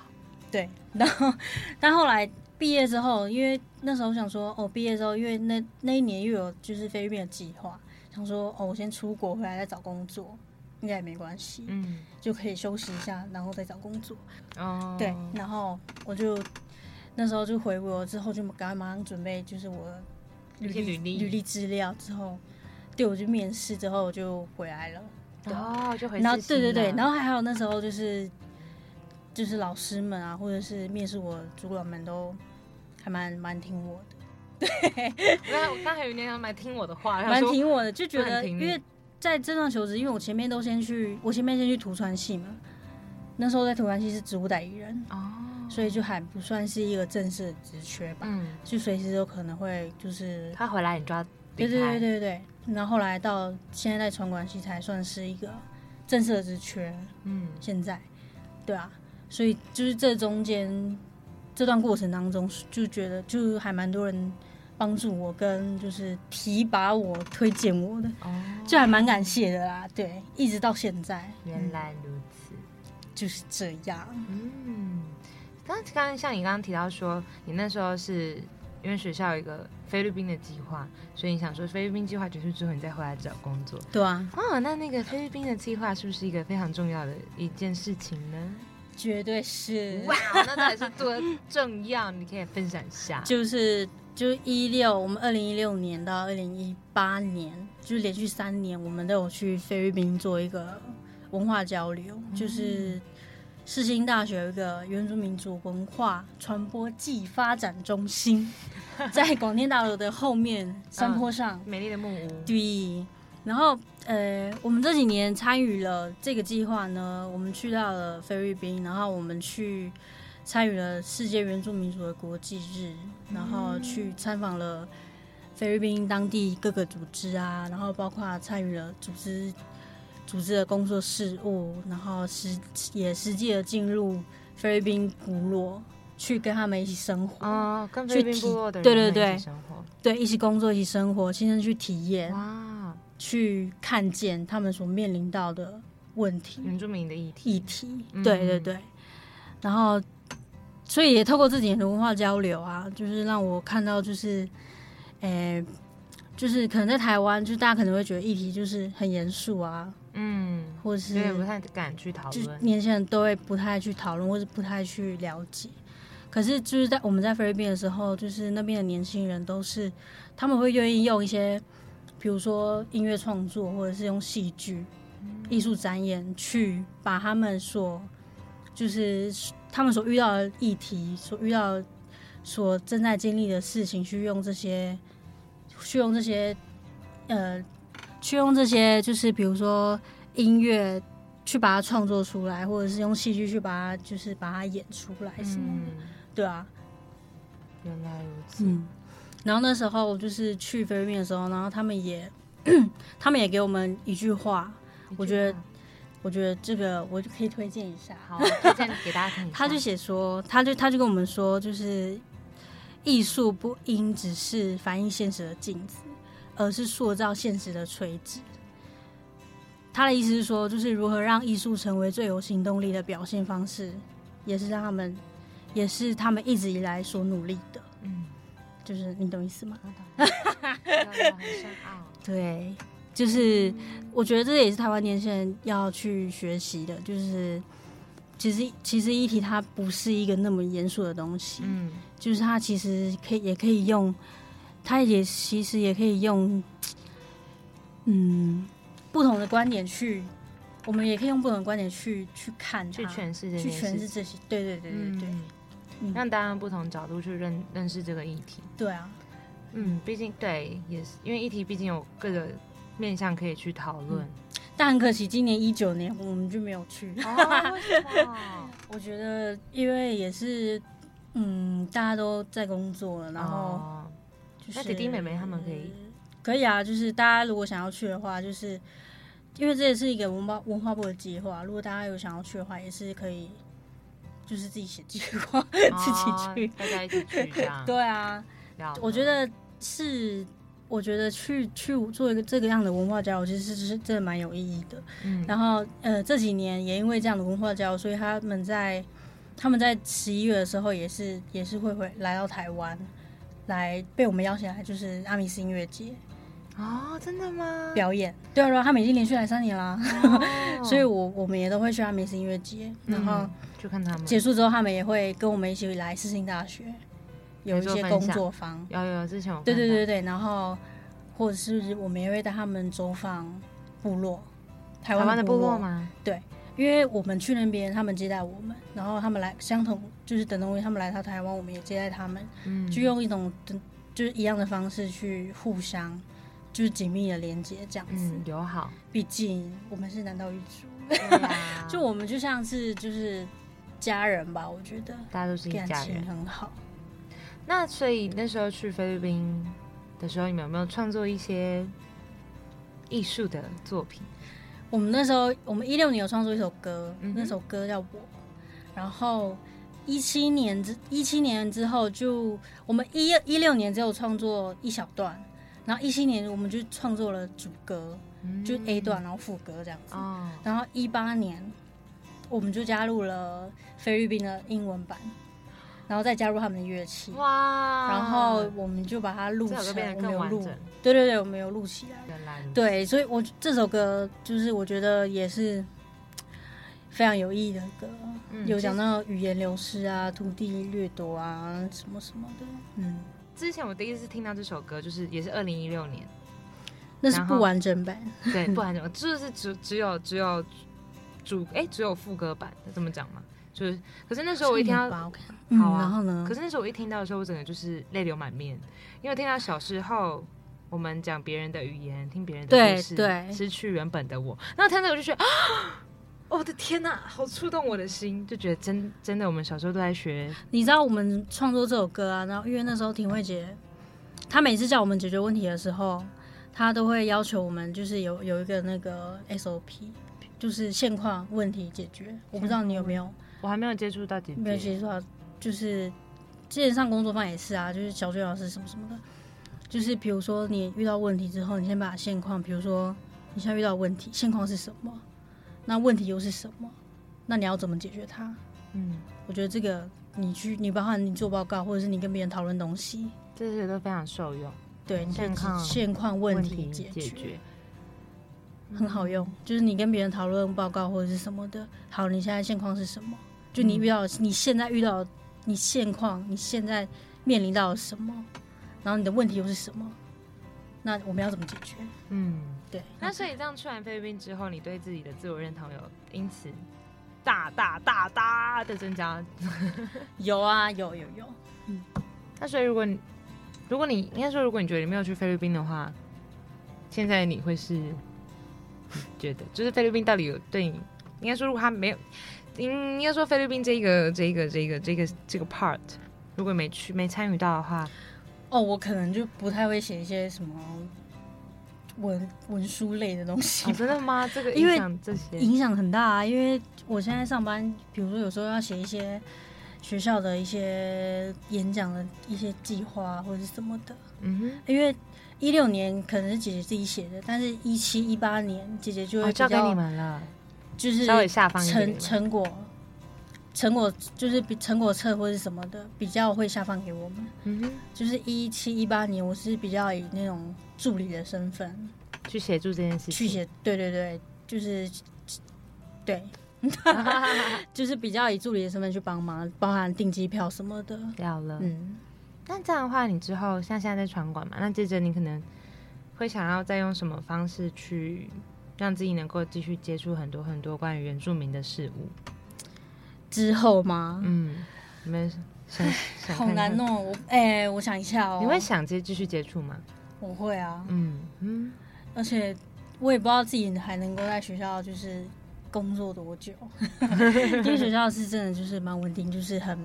Speaker 9: 对。然后，但后来毕业之后，因为那时候想说，哦，毕业之后，因为那那一年又有就是菲律宾的计划，想说，哦，我先出国回来再找工作，应该也没关系，
Speaker 7: 嗯，
Speaker 9: 就可以休息一下，然后再找工作。
Speaker 7: 哦，
Speaker 9: 对，然后我就那时候就回国之后，就赶快马上准备，就是我的
Speaker 7: 一些履
Speaker 9: 履
Speaker 7: 历
Speaker 9: 履历资料之后，对我就面试之后我就回来了。对
Speaker 7: 哦，就回
Speaker 9: 然后
Speaker 7: 世新
Speaker 9: 对对对，
Speaker 7: 了
Speaker 9: 然后还有那时候就是就是老师们啊，或者是面试我的主管们都还蛮蛮听我的，
Speaker 7: 我 <laughs> 刚才我刚才有点想蛮听我的话，然
Speaker 9: 蛮
Speaker 7: 哎后说
Speaker 9: 听我的，就觉
Speaker 7: 那
Speaker 9: 得
Speaker 7: 很挺
Speaker 9: 因
Speaker 7: 你
Speaker 9: 为在这段求职，因为我前面都先去，我前面先去图川系嘛，那时候在图川系是植物代理人，
Speaker 7: 哦，
Speaker 9: 所以就还不算是一个正式的职缺吧，
Speaker 7: 嗯，
Speaker 9: 就随时都可能会就是
Speaker 7: 他回来你就要
Speaker 9: 对
Speaker 7: 离
Speaker 9: 对对
Speaker 7: 开，
Speaker 9: 对对，然后后来到现在在传管系才算是一个正式的职缺，
Speaker 7: 嗯，
Speaker 9: 现在，对啊，所以就是这中间这段过程当中，就觉得就还蛮多人帮助我，跟就是提拔我、推荐我的，
Speaker 7: 哦，
Speaker 9: 就还蛮感谢的啦。对，一直到现在，
Speaker 7: 原
Speaker 9: 嗯
Speaker 7: 来如此，
Speaker 9: 就是这样。
Speaker 7: 嗯，刚刚刚像你刚刚提到说，你那时候是因为学校有一个菲律宾的计划，所以你想说菲律宾计划结束之后，你再回来找工作。
Speaker 9: 对啊，
Speaker 7: 哦，那那个菲律宾的计划是不是一个非常重要的一件事情呢？
Speaker 9: 绝对是，
Speaker 7: 哇，那到底是多重要？你可以分享一下。
Speaker 9: 就是。就一六，我们二零一六年到二零一八年，就是连续三年，我们都有去菲律宾做一个文化交流，就是世新大学有一个原住民族文化传播暨发展中心，在广电大楼的后面山坡上。
Speaker 7: 美丽的木屋，
Speaker 9: 对，然后呃，我们这几年参与了这个计划呢，我们去到了菲律宾，然后我们去参与了世界原住民族的国际日，啊然后去参访了菲律宾当地各个组织啊，然后包括参与了组织组织的工作事务，然后实也实际的进入菲律宾部落。去跟他们一起生活，
Speaker 7: 哦，跟菲律宾部落的人
Speaker 9: 对对对
Speaker 7: 们一起生活，
Speaker 9: 对，一起工作，一起生活，亲身去体验，
Speaker 7: 哇，
Speaker 9: 去看见他们所面临到的问题、
Speaker 7: 原住民的议题，
Speaker 9: 议题。
Speaker 7: 嗯
Speaker 9: 对对对，然后所以也透过自己的文化交流啊，就是让我看到就是，诶、就是可能在台湾，就大家可能会觉得议题就是很严肃啊，
Speaker 7: 嗯，
Speaker 9: 或是
Speaker 7: 有点不太敢去讨
Speaker 9: 就是
Speaker 7: 论，
Speaker 9: 年轻人都会不太去讨论，或是不太去了解。可是就是在我们在菲律宾的时候，就是那边的年轻人都是他们会愿意用一些，比如说音乐创作，或者是用戏剧、
Speaker 7: 嗯
Speaker 9: 艺术展演，去把他们所就是他们所遇到的议题、所遇到的所正在经历的事情，去用这些，去用这些，呃，去用这些，就是比如说音乐去把它创作出来，或者是用戏剧去把它就是把它演出来什么
Speaker 7: 嗯，
Speaker 9: 的，对啊，
Speaker 7: 原来如此，
Speaker 9: 嗯。然后那时候就是去菲律宾的时候，然后他们也 <clears throat> 他们也给我们一句话，我觉得我觉得这个我就可以推荐一下。
Speaker 7: 好，推荐给大家看一下。
Speaker 9: 他就写说，他就他就跟我们说，就是艺术不应只是反映现实的镜子，而是塑造现实的垂直。他的意思是说，就是如何让艺术成为最有行动力的表现方式，也是让他们，也是他们一直以来所努力的。
Speaker 7: 嗯，
Speaker 9: 就是你懂意思吗？
Speaker 7: 我懂真的很深奥。
Speaker 9: 对，就是我觉得这也是台湾年轻人要去学习的，就是其实其实议题它不是一个那么严肃的东西，
Speaker 7: 嗯，
Speaker 9: 就是它其实可以也可以用，它也其实也可以用，嗯，不同的观点去，我们也可以用不同的观点去去看
Speaker 7: 去
Speaker 9: 它
Speaker 7: 诠释这
Speaker 9: 去
Speaker 7: 件事
Speaker 9: 诠释
Speaker 7: 情，
Speaker 9: 这些，对对对对对，
Speaker 7: 嗯
Speaker 9: 嗯
Speaker 7: 让大家用不同角度去认认识这个议题。
Speaker 9: 对啊，
Speaker 7: 嗯，毕竟对，也是因为议题毕竟有各个面向可以去讨论。
Speaker 9: 但很可惜，今年一九年我们就没有去。
Speaker 7: 哦，为什么？
Speaker 9: <laughs> 我觉得，因为也是，嗯，大家都在工作了，然后
Speaker 7: 哦
Speaker 9: 就是、
Speaker 7: 那弟弟妹妹他们可以
Speaker 9: 可以啊，就是大家如果想要去的话，就是因为这也是一个文化文化部的计划，如果大家有想要去的话，也是可以，就是自己写计划，
Speaker 7: 哦
Speaker 9: 自己去。
Speaker 7: 大家一起去这样。
Speaker 9: <laughs> 对啊，
Speaker 7: 了解，
Speaker 9: 我觉得是，我觉得去去做一个这个样的文化交流，其实是是真的蛮有意义的。
Speaker 7: 嗯，
Speaker 9: 然后呃，这几年也因为这样的文化交流，所以他们在他们在十一月的时候也是也是会回来到台湾，来被我们邀请来，就是阿米斯音乐节
Speaker 7: 哦，真的吗？
Speaker 9: 表演。 <laughs> 对啊，对啊，他们已经连续来三年啦，
Speaker 7: 哦
Speaker 9: 所以我我们也都会去阿米斯音乐节，然后
Speaker 7: 嗯去看他们
Speaker 9: 结束之后，他们也会跟我们一起来世新大学有一
Speaker 7: 做
Speaker 9: 些
Speaker 7: 分
Speaker 9: 工
Speaker 7: 享嗯
Speaker 9: 作坊，
Speaker 7: 有有有之前我
Speaker 9: 对对
Speaker 7: 看到
Speaker 9: 对对，然后或者是我们也会带他们走访部落，台
Speaker 7: 台湾
Speaker 9: 湾
Speaker 7: 的部落？吗？
Speaker 9: 因因为我们去那边，他们接待我们，然后他们来相同就是等同于他们来到台湾，我们也接待他们，
Speaker 7: 嗯
Speaker 9: 就用一种就是一样的方式去互相就是紧密的连接这样子。
Speaker 7: 嗯友好，
Speaker 9: 毕竟我们是南岛一族，就
Speaker 7: <laughs> 就
Speaker 9: 我们就像是就是家人吧，我觉得
Speaker 7: 大家都是一
Speaker 9: 感
Speaker 7: 家
Speaker 9: 情
Speaker 7: 人。
Speaker 9: 很好。
Speaker 7: 那所以那时候去菲律宾的时候，你们有没有创作一些艺术的作品？
Speaker 9: 我们那时候，我们一六年有创作一首歌，
Speaker 7: 嗯哼
Speaker 9: 那首歌叫《我》，然后一七年之一七年之后就我们一一六年只有创作一小段，然后一七年我们就创作了主歌，就 A 段，然后副歌这样子。
Speaker 7: 嗯哦，
Speaker 9: 然后一八年我们就加入了菲律宾的英文版，然后再加入他们的乐器，
Speaker 7: 哇
Speaker 9: 嗯然后我们就把它录
Speaker 7: 这
Speaker 9: 成，
Speaker 7: 首歌变
Speaker 9: 我
Speaker 7: 得
Speaker 9: 们
Speaker 7: 更
Speaker 9: 有
Speaker 7: 完
Speaker 9: 录
Speaker 7: 整，。
Speaker 9: 对对对，我们有录起来。
Speaker 7: 原来如此，
Speaker 9: 对，所以我这首歌就是我觉得也是非常有意义的歌，
Speaker 7: 嗯
Speaker 9: 有讲到语言流失啊、土地掠夺啊什么什么的，嗯，
Speaker 7: 之前我第一次听到这首歌，就是也是二零一六
Speaker 9: <laughs>
Speaker 7: 年，
Speaker 9: 那是
Speaker 7: 然后
Speaker 9: 不完整版，
Speaker 7: 对，不然怎么就是只只有只有主哎、只有副歌版，这么讲嘛？就是，可是那时候我一听
Speaker 9: 是
Speaker 7: 到，
Speaker 9: 你吧，我看，嗯，
Speaker 7: 好啊
Speaker 9: 然后呢
Speaker 7: 可，是那时候我一听到的时候，我整个就是泪流满面，因为我听到小时候我们讲别人的语言，听别人的
Speaker 9: 对
Speaker 7: 故事，
Speaker 9: 对
Speaker 7: 失去原本的我，然后听到我就觉得啊。哦我的天呐，好触动我的心，就觉得真真的，我们小时候都在学，
Speaker 9: 你知道我们创作这首歌啊，然后因为那时候婷慧姐，她每次叫我们解决问题的时候，她都会要求我们就是有有一个那个 SOP，就是现况问题解决，我不知道你有没有。
Speaker 7: 我还没有接触到姐姐，
Speaker 9: 没有接触到，啊就是之前上工作坊也是啊，就是小学老师什么什么的，就是比如说你遇到问题之后，你先把现况，比如说你现在遇到问题，现况是什么，那问题又是什么，那你要怎么解决它？
Speaker 7: 嗯，
Speaker 9: 我觉得这个你去，你包含你做报告，或者是你跟别人讨论东西，
Speaker 7: 这些都非常受用。
Speaker 9: 对，你可以
Speaker 7: 现况
Speaker 9: 现况问题解决，很好用。就是你跟别人讨论报告或者是什么的，好，你现在现况是什么？就你遇到、你现在遇到你现况，你现在面临到什么？然后你的问题又是什么？那我们要怎么解决？ <laughs>
Speaker 7: 嗯，
Speaker 9: 对，
Speaker 7: 那所以这样去完菲律宾之后，你对自己的自我认同有因此大大大大的增加。
Speaker 9: 有啊，有有有，
Speaker 7: 那所以如果你如果你应该说，如果你觉得你没有去菲律宾的话，现在你会是觉得就是菲律宾到底有对你？应该说，如果他没有，应应该说菲律宾这个这个这个这个这个 part，如果没去没参与到的话，
Speaker 9: 哦，我可能就不太会写一些什么文文书类的东西
Speaker 7: 哦，真的吗？这个
Speaker 9: 因为
Speaker 7: 影响这些，
Speaker 9: 影响很大啊，因为我现在上班，比如说有时候要写一些学校的一些演讲的一些计划或者是什么的，
Speaker 7: 嗯
Speaker 9: 因为一六年可能是姐姐自己写的，但是一七一八年姐姐就
Speaker 7: 哼，
Speaker 9: 会
Speaker 7: 我
Speaker 9: 比较、
Speaker 7: 哦交给你们了，
Speaker 9: 就是
Speaker 7: 稍微下方一点给你
Speaker 9: 成
Speaker 7: 们。
Speaker 9: 成果成果就是比成果册或者什么的比较会下放给我们，
Speaker 7: 嗯哼。
Speaker 9: 就是一七一八年我是比较以那种助理的身份
Speaker 7: 去协助这件事情，
Speaker 9: 去写，对对对，就是对。就是比较以助理的身份去帮忙，包含订机票什么的。
Speaker 7: <laughs> 掉了。嗯，
Speaker 9: 嗯，
Speaker 7: 那这样的话，你之后像现在在场馆嘛，那接着你可能会想要再用什么方式去让自己能够继续接触很多很多关于原住民的事物？
Speaker 9: 之后吗？
Speaker 7: 嗯，你们
Speaker 9: <laughs>
Speaker 7: 想想
Speaker 9: 好
Speaker 7: 看看
Speaker 9: 难。哦、我哎、我想一下哦、
Speaker 7: 你会想接继续接触吗？
Speaker 9: 我会啊，
Speaker 7: 嗯嗯，
Speaker 9: 而且我也不知道自己还能够在学校就是工作
Speaker 7: <laughs>
Speaker 9: 多久，因为学校是真的就是蛮稳定，就是很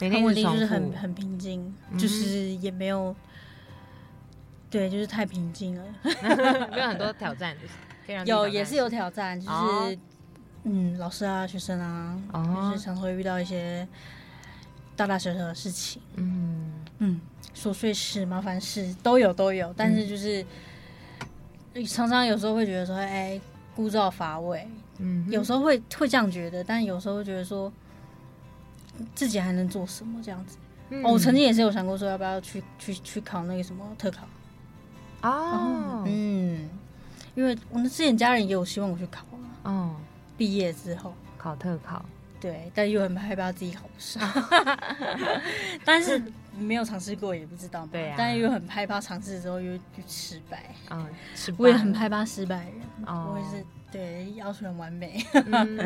Speaker 7: 每
Speaker 9: 很
Speaker 7: 天一
Speaker 9: 稳
Speaker 7: 直
Speaker 9: 定，就
Speaker 7: 重 <laughs>
Speaker 9: 是很
Speaker 7: 复
Speaker 9: 很平静，
Speaker 7: 嗯
Speaker 9: 就是也没有。对，就是太平静了。
Speaker 7: 没有很多挑战，就是可以让自己挑
Speaker 9: 有
Speaker 7: 战
Speaker 9: 也是有挑战，就是、
Speaker 7: 哦
Speaker 9: 嗯，老师啊，学生啊，
Speaker 7: 哦
Speaker 9: 就是常会遇到一些大大小小的事情，
Speaker 7: 嗯
Speaker 9: 嗯，琐碎事、麻烦事都有都有，但是就是、常常有时候会觉得说，哎、枯燥乏味，
Speaker 7: 嗯，
Speaker 9: 有时候会会这样觉得，但有时候会觉得说。自己还能做什么这样子？
Speaker 7: 嗯
Speaker 9: 哦，我曾经也是有想过说要不要去去去考那个什么特考，
Speaker 7: 哦
Speaker 9: 嗯，因为我们之前家人也有希望我去考啊，
Speaker 7: 哦
Speaker 9: 毕业之后，
Speaker 7: 考特考，
Speaker 9: 对，但又很害怕自己考不 <laughs> 上，但是没有尝试过也不知道嘛。
Speaker 7: 对啊
Speaker 9: 但是又很害怕尝试之后又又失败，
Speaker 7: 嗯，失败
Speaker 9: 我也很害怕失败的人，哦
Speaker 7: 哦
Speaker 9: 我也是对，要求很完美。
Speaker 7: 嗯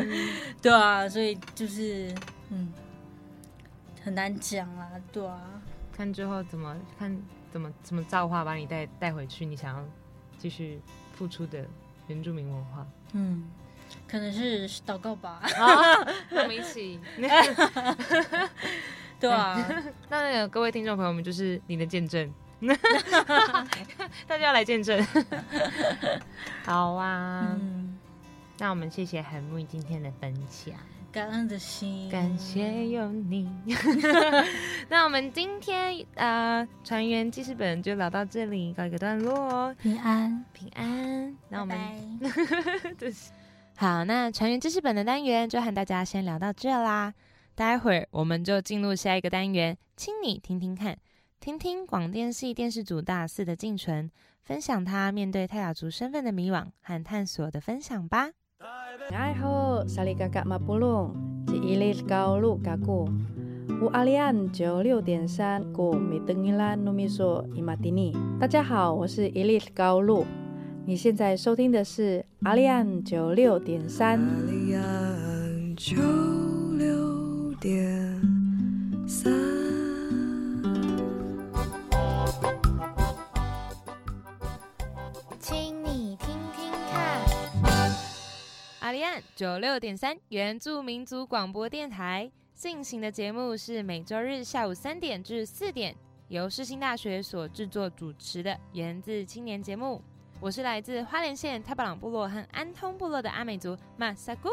Speaker 9: 对啊，所以就是嗯，很难讲啊，对啊，
Speaker 3: 看最后怎么看怎么怎么造化把你带带回去，你想要继续付出的原住民文化。
Speaker 9: 嗯，可能是祷告吧，
Speaker 3: 我们一 <laughs> 起。
Speaker 9: 对啊，
Speaker 3: 那那个各位听众朋友们，就是你的见 <laughs> 证，大家要来见 <laughs> 证。好啊，
Speaker 9: <laughs> 嗯，
Speaker 3: 那我们谢谢韩木今天的分享，
Speaker 9: 感恩的心，
Speaker 3: 感谢有 <laughs> 你。那我们今天呃船员记事本就聊到这里，告一个段落哦，
Speaker 9: 平安，
Speaker 3: 平安。那我们
Speaker 9: 拜拜
Speaker 3: <laughs>
Speaker 7: 好，那船员知识本的单元就和大家先聊到这啦。待会儿我们就进入下一个单元，请你听听看，听听广电系电视组大四的进纯分享他面对泰雅族身份的迷惘和探索的分享吧。
Speaker 10: Ngai ho sali kakak mapulung ci ilir kau lu kaku. U alian 九六点三古米登伊拉努米索伊马蒂尼。大家好，我是伊丽高露。你现在收听的是阿利安九六点三。
Speaker 11: 九六点三。
Speaker 8: 请你听听看，
Speaker 7: 阿里安九六点三原住民族广播电台进行的节目是每周日下午三点至四点，由世新大学所制作主持的源自青年节目。我是来自花莲县太巴朗部落和安通部落的阿美族马萨古。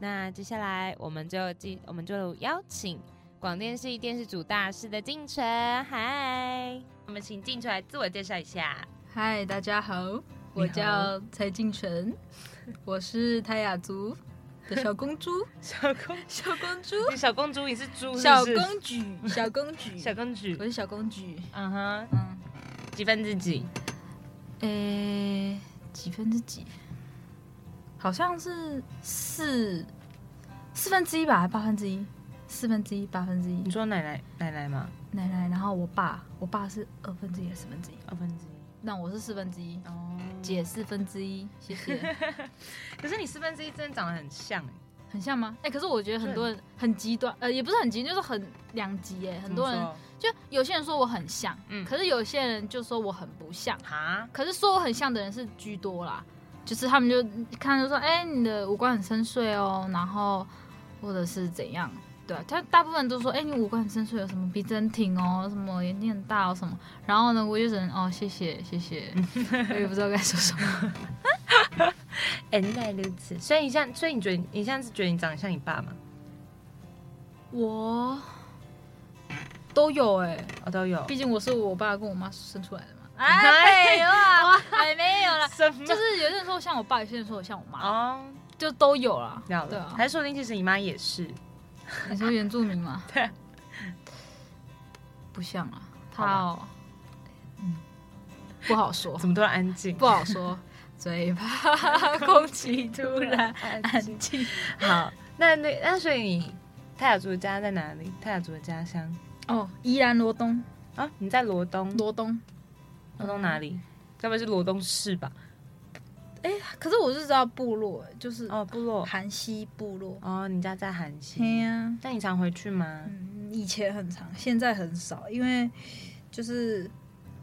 Speaker 7: 那接下来我们就进，我们就邀请广电系电视组大师的进程。嗨，
Speaker 3: 我们请进出来自我介绍一下。
Speaker 12: 嗨，大家好，我叫蔡静纯，我是泰雅族 <laughs> 的小公主，
Speaker 3: 小公，
Speaker 12: 小公主，
Speaker 3: 你 <laughs> 小公主，你是猪是
Speaker 12: 小
Speaker 3: 不是
Speaker 12: 公举， <laughs> 小公举，
Speaker 3: 小公主
Speaker 12: 我，是小公举，
Speaker 3: 嗯哼，
Speaker 12: 嗯，
Speaker 3: 几分之几？
Speaker 12: 诶，几分之几？好像是四四分之一吧，还八分之一？四分之一，八分之一
Speaker 3: 你。说奶奶奶奶吗？
Speaker 12: 奶奶，然后我爸，我爸是二分之一还是四分之一？
Speaker 3: 二分之一。
Speaker 12: 那我是四分之一，
Speaker 3: 哦，
Speaker 12: 姐四分之一，谢谢。 <laughs>
Speaker 3: 可是你四分之一真的长得很像哎。
Speaker 12: 很像吗？哎、可是我觉得很多人很极端，呃，也不是很极，就是很两极哎。很多人就有些人说我很像，
Speaker 3: 嗯
Speaker 12: 可是有些人就说我很不像。
Speaker 3: 哈，
Speaker 12: 可是说我很像的人是居多啦，就是他们就看就说，哎、你的五官很深邃哦，然后或者是怎样，对啊，他大部分都说，哎、你五官很深邃，有什么鼻子很挺哦，什么眼睛很大哦，什么。然后呢，我就只能哦，谢谢谢谢，我也不知道该说什么。
Speaker 3: 原来如此。所以你现在，所以你觉得你现在是觉得你长得像你爸吗？
Speaker 12: 我都有哎、
Speaker 3: 我哦都有。
Speaker 12: 毕竟我是我爸跟我妈生出来的嘛。
Speaker 3: 哎
Speaker 12: 有啊，哎没有
Speaker 3: <laughs>
Speaker 12: 啦，
Speaker 3: 什么
Speaker 12: <laughs> 就是有些人说我像我爸，有些人说我像我妈，
Speaker 3: 哦，
Speaker 12: 就都有啦。
Speaker 3: 了
Speaker 12: 对
Speaker 3: 了。
Speaker 12: 啊，
Speaker 3: 还是说不定其实你妈也是，
Speaker 12: 你说原住民吗？
Speaker 3: <laughs> 对，
Speaker 12: 不像啊，
Speaker 3: 好
Speaker 12: 他
Speaker 3: 吧
Speaker 12: 哦，嗯，不好说， <laughs>
Speaker 3: 怎么都安静
Speaker 12: 不。好说，嘴
Speaker 3: <laughs>
Speaker 12: 巴空气突然安静。
Speaker 3: 好，那那那所以你泰雅族的家在哪里？泰雅族的家乡
Speaker 12: 哦，宜兰罗东，
Speaker 3: 啊？你在罗东？
Speaker 12: 罗东，
Speaker 3: 罗东哪里？该不会是罗东市吧？
Speaker 12: 可是我是知道部落，就是
Speaker 3: 哦，部落。
Speaker 12: 韩西部落。啊
Speaker 3: 哦，你家在韩
Speaker 12: 嘿
Speaker 3: 西。
Speaker 12: 呀、
Speaker 3: 那你常回去吗？
Speaker 12: 嗯，以前很长，现在很少，因为就是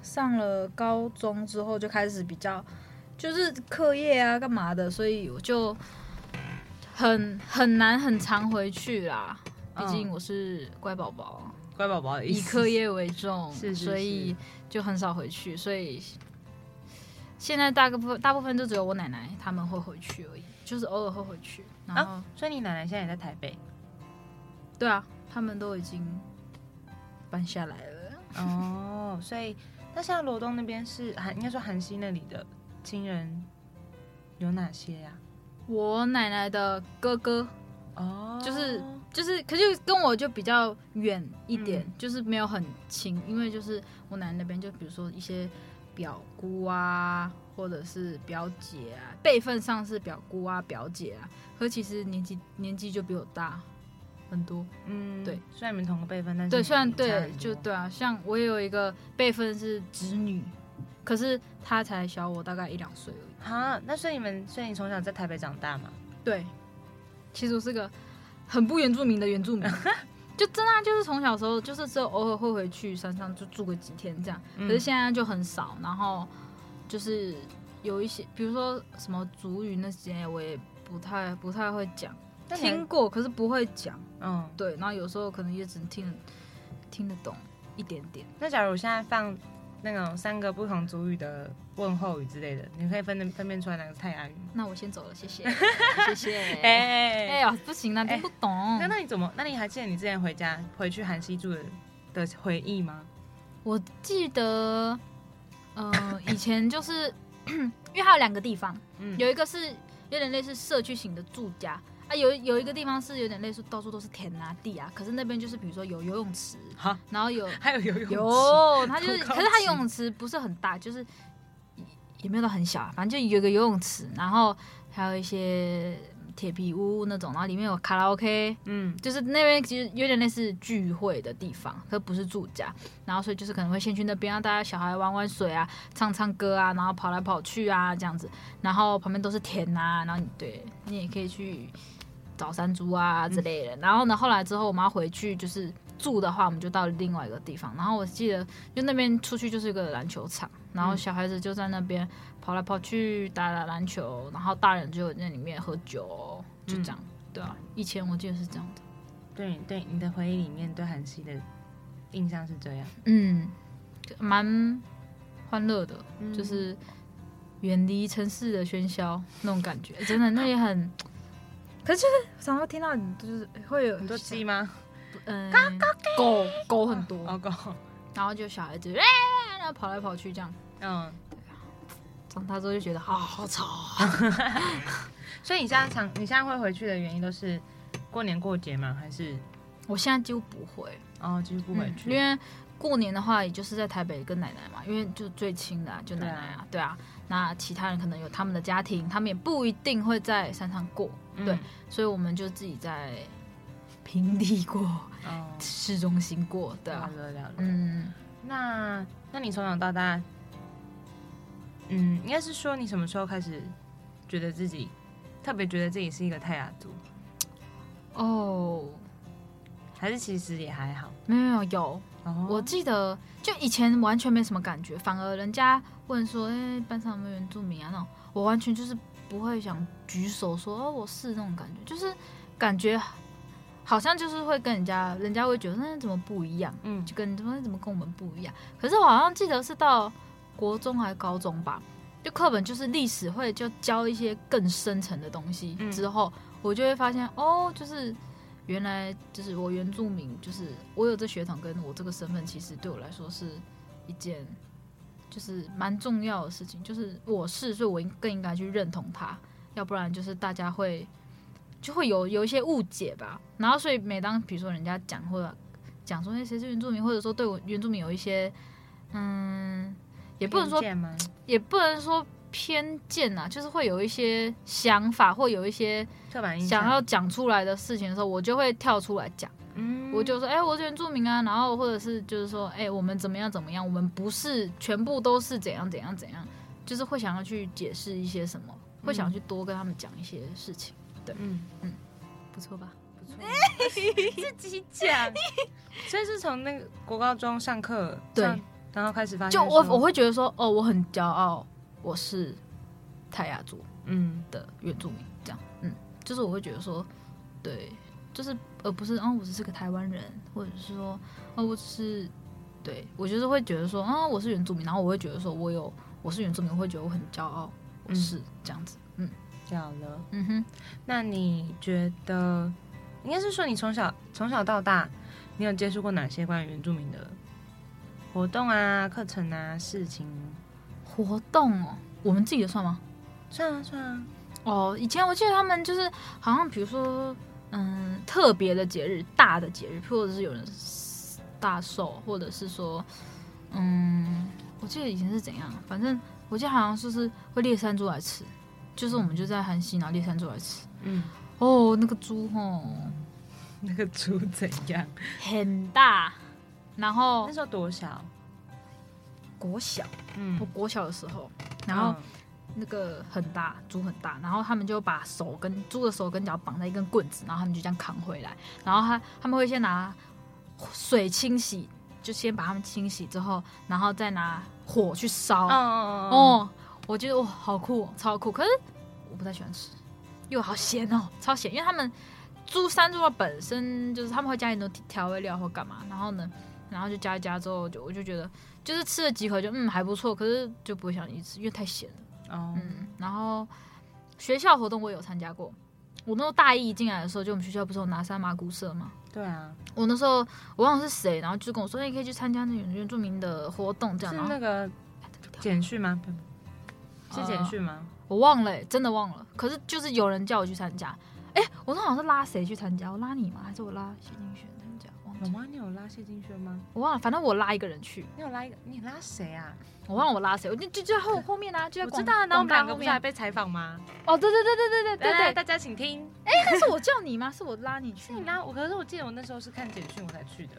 Speaker 12: 上了高中之后就开始比较，就是课业啊干嘛的，所以我就很很难很常回去啦。毕
Speaker 3: 嗯
Speaker 12: 竟我是乖宝宝，
Speaker 3: <laughs> 乖宝宝的意
Speaker 12: 以
Speaker 3: 思。
Speaker 12: 课业为重，
Speaker 3: 是是
Speaker 12: 所以就很少回去，所以。现在大部分大部分就只有我奶奶他们会回去而已，就是偶尔会回去。然后、
Speaker 3: 啊，所以你奶奶现在也在台北。
Speaker 12: 对啊，他们都已经搬下来了。
Speaker 3: 哦，所以那现在罗东那边是韩，应该说韩西那里的亲人有哪些呀、
Speaker 12: 我奶奶的哥哥，
Speaker 3: 哦，
Speaker 12: 就是就是，可就跟我就比较远一点，就是没有很亲，因为就是我奶奶那边，就比如说一些表姑啊，或者是表姐啊，辈分上是表姑啊、表姐啊，可其实年纪年纪就比我大很多。
Speaker 3: 嗯，
Speaker 12: 对，
Speaker 3: 虽然你们同个辈分，但是
Speaker 12: 对，虽然
Speaker 3: 你们差
Speaker 12: 对
Speaker 3: 很，多
Speaker 12: 就对啊，像我也有一个辈分是侄女，可是他才小我大概一两岁而已。
Speaker 7: 啊，那所以你们，所以你从小在台北长大嘛？
Speaker 12: 对，其实我是个很不原住民的原住民，
Speaker 7: <laughs>
Speaker 12: 就真的啊就是从小时候就是只有偶尔会回去山上就住个几天这样，
Speaker 7: 嗯
Speaker 12: 可是现在就很少，然后就是有一些，比如说什么族语那些我也不太不太会讲，
Speaker 7: 那你还
Speaker 12: 听过可是不会讲，
Speaker 3: 哦
Speaker 7: 嗯，
Speaker 12: 对，然后有时候可能也只能听听得懂一点点，
Speaker 7: 那假如我现在放那种三个不同族语的问候语之类的，你可以分得分辨出来哪个是泰雅语吗？
Speaker 12: 那我先走了，谢谢谢谢，
Speaker 7: <laughs> 哎
Speaker 12: 哎呀不行啦，听不懂，
Speaker 7: 那那你怎么？那你还记得你之前回家回去韩西住的的回忆吗？ <laughs>
Speaker 12: 我记得，
Speaker 7: <coughs>
Speaker 12: 呃，以前就是 <coughs> 因为它有两个地方，
Speaker 7: 嗯
Speaker 12: 有一个是有点类似社区型的住家啊，有有一个地方是有点类似到处都是田啊地啊，可是那边就是比如说有游泳池，
Speaker 7: 哈，
Speaker 12: 然后有
Speaker 7: 还有游泳池 <laughs>
Speaker 12: 有，它就是，
Speaker 7: 多高
Speaker 12: 可是它
Speaker 7: 级
Speaker 12: 游泳池不是很大，就是也也没有到很小、啊，反正就有一个游泳池，然后还有一些铁皮屋那种，然后里面有卡拉 OK，
Speaker 7: 嗯，
Speaker 12: 就是那边其实有点类似聚会的地方，可不是住家，然后所以就是可能会先去那边让大家小孩玩玩水啊，唱唱歌啊，然后跑来跑去啊这样子，然后旁边都是田啊，然后你对你也可以去找山猪啊
Speaker 7: 嗯
Speaker 12: 之类的。然后呢，后来之后我们要回去就是住的话，我们就到另外一个地方。然后我记得就那边出去就是一个篮球场，然后
Speaker 7: 嗯
Speaker 12: 小孩子就在那边跑来跑去打打篮球，然后大人就在里面喝酒，就这样。
Speaker 7: 嗯
Speaker 12: 对啊，以前我记得是这样的。
Speaker 7: 对对，你的回忆里面对韩西的印象是这样。
Speaker 12: 嗯，蛮欢乐的，就是远离城市的喧嚣那种感觉，真的那也很。可是就是常常听到你就是会有很
Speaker 7: 多鸡吗？
Speaker 12: 嗯，狗狗很多，
Speaker 7: 哦狗，
Speaker 12: 然后就小孩子，哎然后跑来跑去这样。
Speaker 7: 嗯，
Speaker 12: 长大之后就觉得啊，好吵啊。
Speaker 7: 所以你现在常你现在会回去的原因都是过年过节吗？还是
Speaker 12: 我现在几乎不会，
Speaker 7: 哦，就是不回去？
Speaker 12: 嗯因为过年的话，也就是在台北跟奶奶嘛，因为就最亲的、啊、就奶奶啊，对啊。那其他人可能有他们的家庭，他们也不一定会在山上过，
Speaker 7: 嗯
Speaker 12: 对，所以我们就自己在平地过， <laughs>
Speaker 7: 哦，
Speaker 12: 市中心过，对
Speaker 7: 了
Speaker 12: 啊，
Speaker 7: 了了了。
Speaker 12: 嗯，
Speaker 7: 那那你从小到大，嗯，应该是说你什么时候开始觉得自己特别觉得自己是一个泰雅族，
Speaker 12: 哦，
Speaker 7: 还是其实也还好？
Speaker 12: 没有没有有，
Speaker 7: 哦，
Speaker 12: 我记得就以前完全没什么感觉，反而人家问说，哎、班上有没有原住民啊那种，我完全就是不会想举手说哦我是那种感觉，就是感觉好像就是会跟人家，人家会觉得那怎么不一样，
Speaker 7: 嗯，
Speaker 12: 就跟怎么怎么跟我们不一样。可是我好像记得是到国中还高中吧，就课本就是历史会就教一些更深层的东西，
Speaker 7: 嗯
Speaker 12: 之后我就会发现哦，就是原来就是我原住民，就是我有这血统跟我这个身份，其实对我来说是一件就是蛮重要的事情，就是我是，所以我应更应该去认同它，要不然就是大家会就会有有一些误解吧。然后所以每当比如说人家讲或者讲说哎谁是原住民，或者说对我原住民有一些嗯，也不能说
Speaker 7: 偏见吗？
Speaker 12: 也不能说偏见啊，就是会有一些想法或有一些
Speaker 7: 刻板印象
Speaker 12: 想要讲出来的事情的时候，我就会跳出来讲。
Speaker 7: 嗯
Speaker 12: 我就说，哎、我是原住民啊，然后或者是就是说，哎、我们怎么样怎么样，我们不是全部都是怎样怎样怎样，就是会想要去解释一些什么，会想要去多跟他们讲一些事情，
Speaker 7: 嗯
Speaker 12: 不错吧？
Speaker 7: 不错， <laughs> 自己
Speaker 12: <laughs>
Speaker 7: 讲，所以是从那个国高中上课
Speaker 12: 对
Speaker 7: 上然后开始发现
Speaker 12: 就
Speaker 7: 说，
Speaker 12: 我我会觉得说，哦，我很骄傲，我是泰雅族
Speaker 7: 嗯
Speaker 12: 的原住民，这样，嗯，就是我会觉得说，对，就是而不是，哦，我只是个台湾人，或者是说，哦，我只是，对我就是会觉得说，啊、我是原住民，然后我会觉得说我有我是原住民，我会觉得我很骄傲，我是、这样子，嗯
Speaker 7: 掉了。
Speaker 12: 嗯哼，
Speaker 7: 那你觉得应该是说你从小从小到大，你有接触过哪些关于原住民的活动啊、课程啊、事情？
Speaker 12: 活动哦，我们自己的算吗？
Speaker 7: 算啊算啊， <laughs>
Speaker 12: 哦，以前我记得他们就是好像比如说，嗯，特别的节日、大的节日，或者是有人大寿，或者是说，嗯，我记得以前是怎样，反正我记得好像就是会猎山猪来吃，就是我们就在韩西拿猎山猪来吃。
Speaker 7: 嗯，
Speaker 12: 哦，那个猪吼
Speaker 7: 那个猪怎样？
Speaker 12: 很大，然后
Speaker 7: 那时候多小？
Speaker 12: 国小，
Speaker 7: 嗯，
Speaker 12: 我国小的时候，然后那个很大，猪很大，然后他们就把手跟猪的手跟脚绑在一根棍子，然后他们就这样扛回来，然后他他们会先拿水清洗，就先把它们清洗之后，然后再拿火去烧，
Speaker 7: 嗯
Speaker 12: 哦，我觉得哇，好酷、哦，超酷，可是我不太喜欢吃，因为好咸哦，超咸，因为他们。猪山猪肉本身就是他们会加很多调味料或干嘛，然后呢，然后就加一加之后就我就觉得就是吃了几口就嗯还不错，可是就不会想一直吃，因为太咸了。
Speaker 7: 哦，
Speaker 12: 嗯，然后学校活动我也有参加过，我那时候大一进来的时候，就我们学校不是有拿三麻姑社吗？
Speaker 7: 对啊，
Speaker 12: 我那时候我忘了是谁，然后就跟我说，哎你可以去参加那原原住民的活动，这样。
Speaker 7: 是
Speaker 12: 然后
Speaker 7: 那个简讯吗？是简讯吗？
Speaker 12: 我忘了、欸，真的忘了。可是就是有人叫我去参加，哎、我那好像是拉谁去参加？我拉你吗？还是我拉谢金轩参加？忘
Speaker 7: 有
Speaker 12: 记了
Speaker 7: 吗？你有拉谢金轩吗？
Speaker 12: 我忘了，反正我拉一个人去，
Speaker 7: 你有拉一个？你拉谁啊？
Speaker 12: 我忘了我拉谁，我就就就在
Speaker 7: <laughs>
Speaker 12: 后后面啊，就在
Speaker 7: 我
Speaker 12: 广
Speaker 7: 知道啊，然后我们
Speaker 12: 广大
Speaker 7: 两个
Speaker 12: 后
Speaker 7: 不是还
Speaker 12: 面。
Speaker 7: 被采访吗？
Speaker 12: 哦，对对对对对对对
Speaker 7: 来来
Speaker 12: 对，
Speaker 7: 大家请听。
Speaker 12: 哎，那是我叫你吗？是我拉你去
Speaker 7: 是？你拉我，可是我记得我那时候是看简讯我才去的。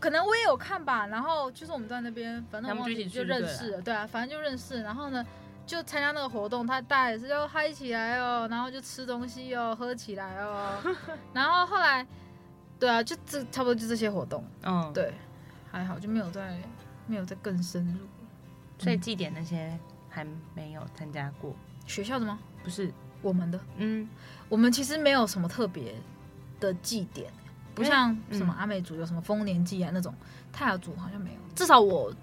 Speaker 12: 可能我也有看吧。然后就是我们在那边，反正我
Speaker 7: 他们
Speaker 12: 忘
Speaker 7: 就一
Speaker 12: 记
Speaker 7: 起去
Speaker 12: 就认识了，对啊，反正就认识。然后呢，就参加那个活动，他大家也是就嗨起来哦，然后就吃东西哦，喝起来
Speaker 7: <laughs>
Speaker 12: 哦。然后后来，对啊，就这差不多就这些活动，
Speaker 7: 嗯，
Speaker 12: 对，还好就没有再没有再更深入。
Speaker 7: 所以祭典那些还没有参加过，
Speaker 12: 学校的吗？
Speaker 7: 不是？
Speaker 12: 我们的，
Speaker 7: 嗯，
Speaker 12: 我们其实没有什么特别的祭典，不像什么
Speaker 7: 嗯
Speaker 12: 阿美族有什么丰年祭啊那种，泰雅族好像没有，至少我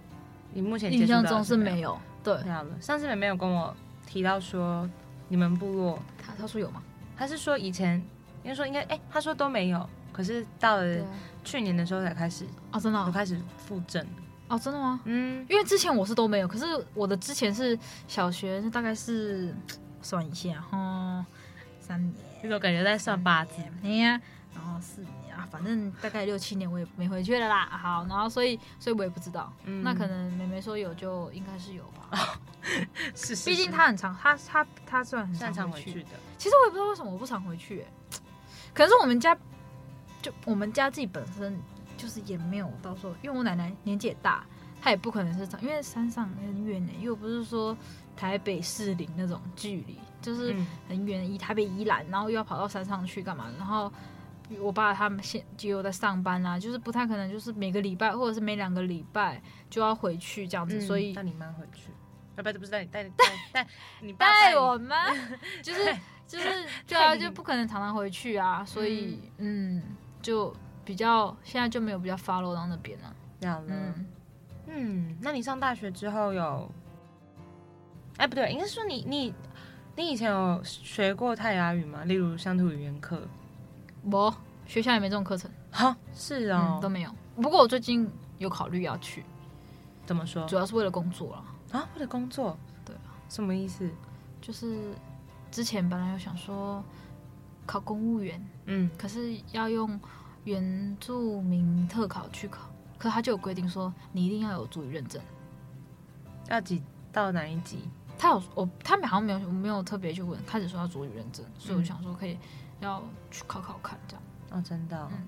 Speaker 7: 你目前
Speaker 12: 印
Speaker 7: 接触
Speaker 12: 象
Speaker 7: 到的
Speaker 12: 中是没
Speaker 7: 没有。
Speaker 12: 有。对，
Speaker 7: 知道了，上次妹妹有跟我提到说，你们部落，
Speaker 12: 他他说有吗？
Speaker 7: 她是说以前，应该说应该，哎、她说都没有，可是到了去年的时候才开始，
Speaker 12: 哦，真的
Speaker 7: 有
Speaker 12: 哦，
Speaker 7: 开始复正。
Speaker 12: 哦真的吗？
Speaker 7: 嗯，
Speaker 12: 因为之前我是都没有，可是我的之前是小学，大概是算一下哈，三年，
Speaker 7: 那种感觉在算八字。
Speaker 12: 哎呀，然后四年啊，反正大概六七年我也没回去了啦。好，然后所以所以我也不知道，
Speaker 7: 嗯
Speaker 12: 那可能妹妹说有就应该是有吧，
Speaker 7: 是是是
Speaker 12: 毕竟她很常，她她她虽然很
Speaker 7: 擅长
Speaker 12: 常
Speaker 7: 回
Speaker 12: 去
Speaker 7: 去，的，
Speaker 12: 其实我也不知道为什么我不常回去、欸，可能是我们家就我们家自己本身就是也没有到时候，因为我奶奶年纪也大，她也不可能是长，因为山上很远呢、又不是说台北市林那种距离，就是
Speaker 7: 嗯
Speaker 12: 很远，以台北宜兰，然后又要跑到山上去干嘛？然后我爸他们现也有在上班啊，就是不太可能，就是每个礼拜或者是每两个礼拜就要回去这样
Speaker 7: 嗯
Speaker 12: 子，所以
Speaker 7: 带你妈回去，要啊不然就不是带你带你带带你爸
Speaker 12: 带
Speaker 7: 你
Speaker 12: 我 <laughs> 吗？就是
Speaker 7: 对
Speaker 12: <laughs> 就是对啊，
Speaker 7: 你
Speaker 12: 就不可能常常回去啊，所以嗯就比较现在就没有比较 follow 到那边了、
Speaker 7: 这样了。
Speaker 12: 嗯，
Speaker 7: 嗯，那你上大学之后有？哎，不对，应该是说你你你以前有学过泰雅语吗？例如乡土语言课？
Speaker 12: 我学校也没这种课程，
Speaker 7: 哈，是哦
Speaker 12: 嗯，，都没有。不过我最近有考虑要去，
Speaker 7: 怎么说
Speaker 12: 主要是为了工作啦，
Speaker 7: 啊？为了工作？
Speaker 12: 对啊，
Speaker 7: 什么意思？
Speaker 12: 就是之前本来有想说考公务员，
Speaker 7: 嗯，
Speaker 12: 可是要用原住民特考去考，可他就有规定说你一定要有主语认证。
Speaker 7: 要几到哪一级？
Speaker 12: 他有我，他们好像没有，我没有特别去问。开始说要主语认证，
Speaker 7: 嗯
Speaker 12: 所以我想说可以要去考考看这样。
Speaker 7: 哦，真的哦、
Speaker 12: 嗯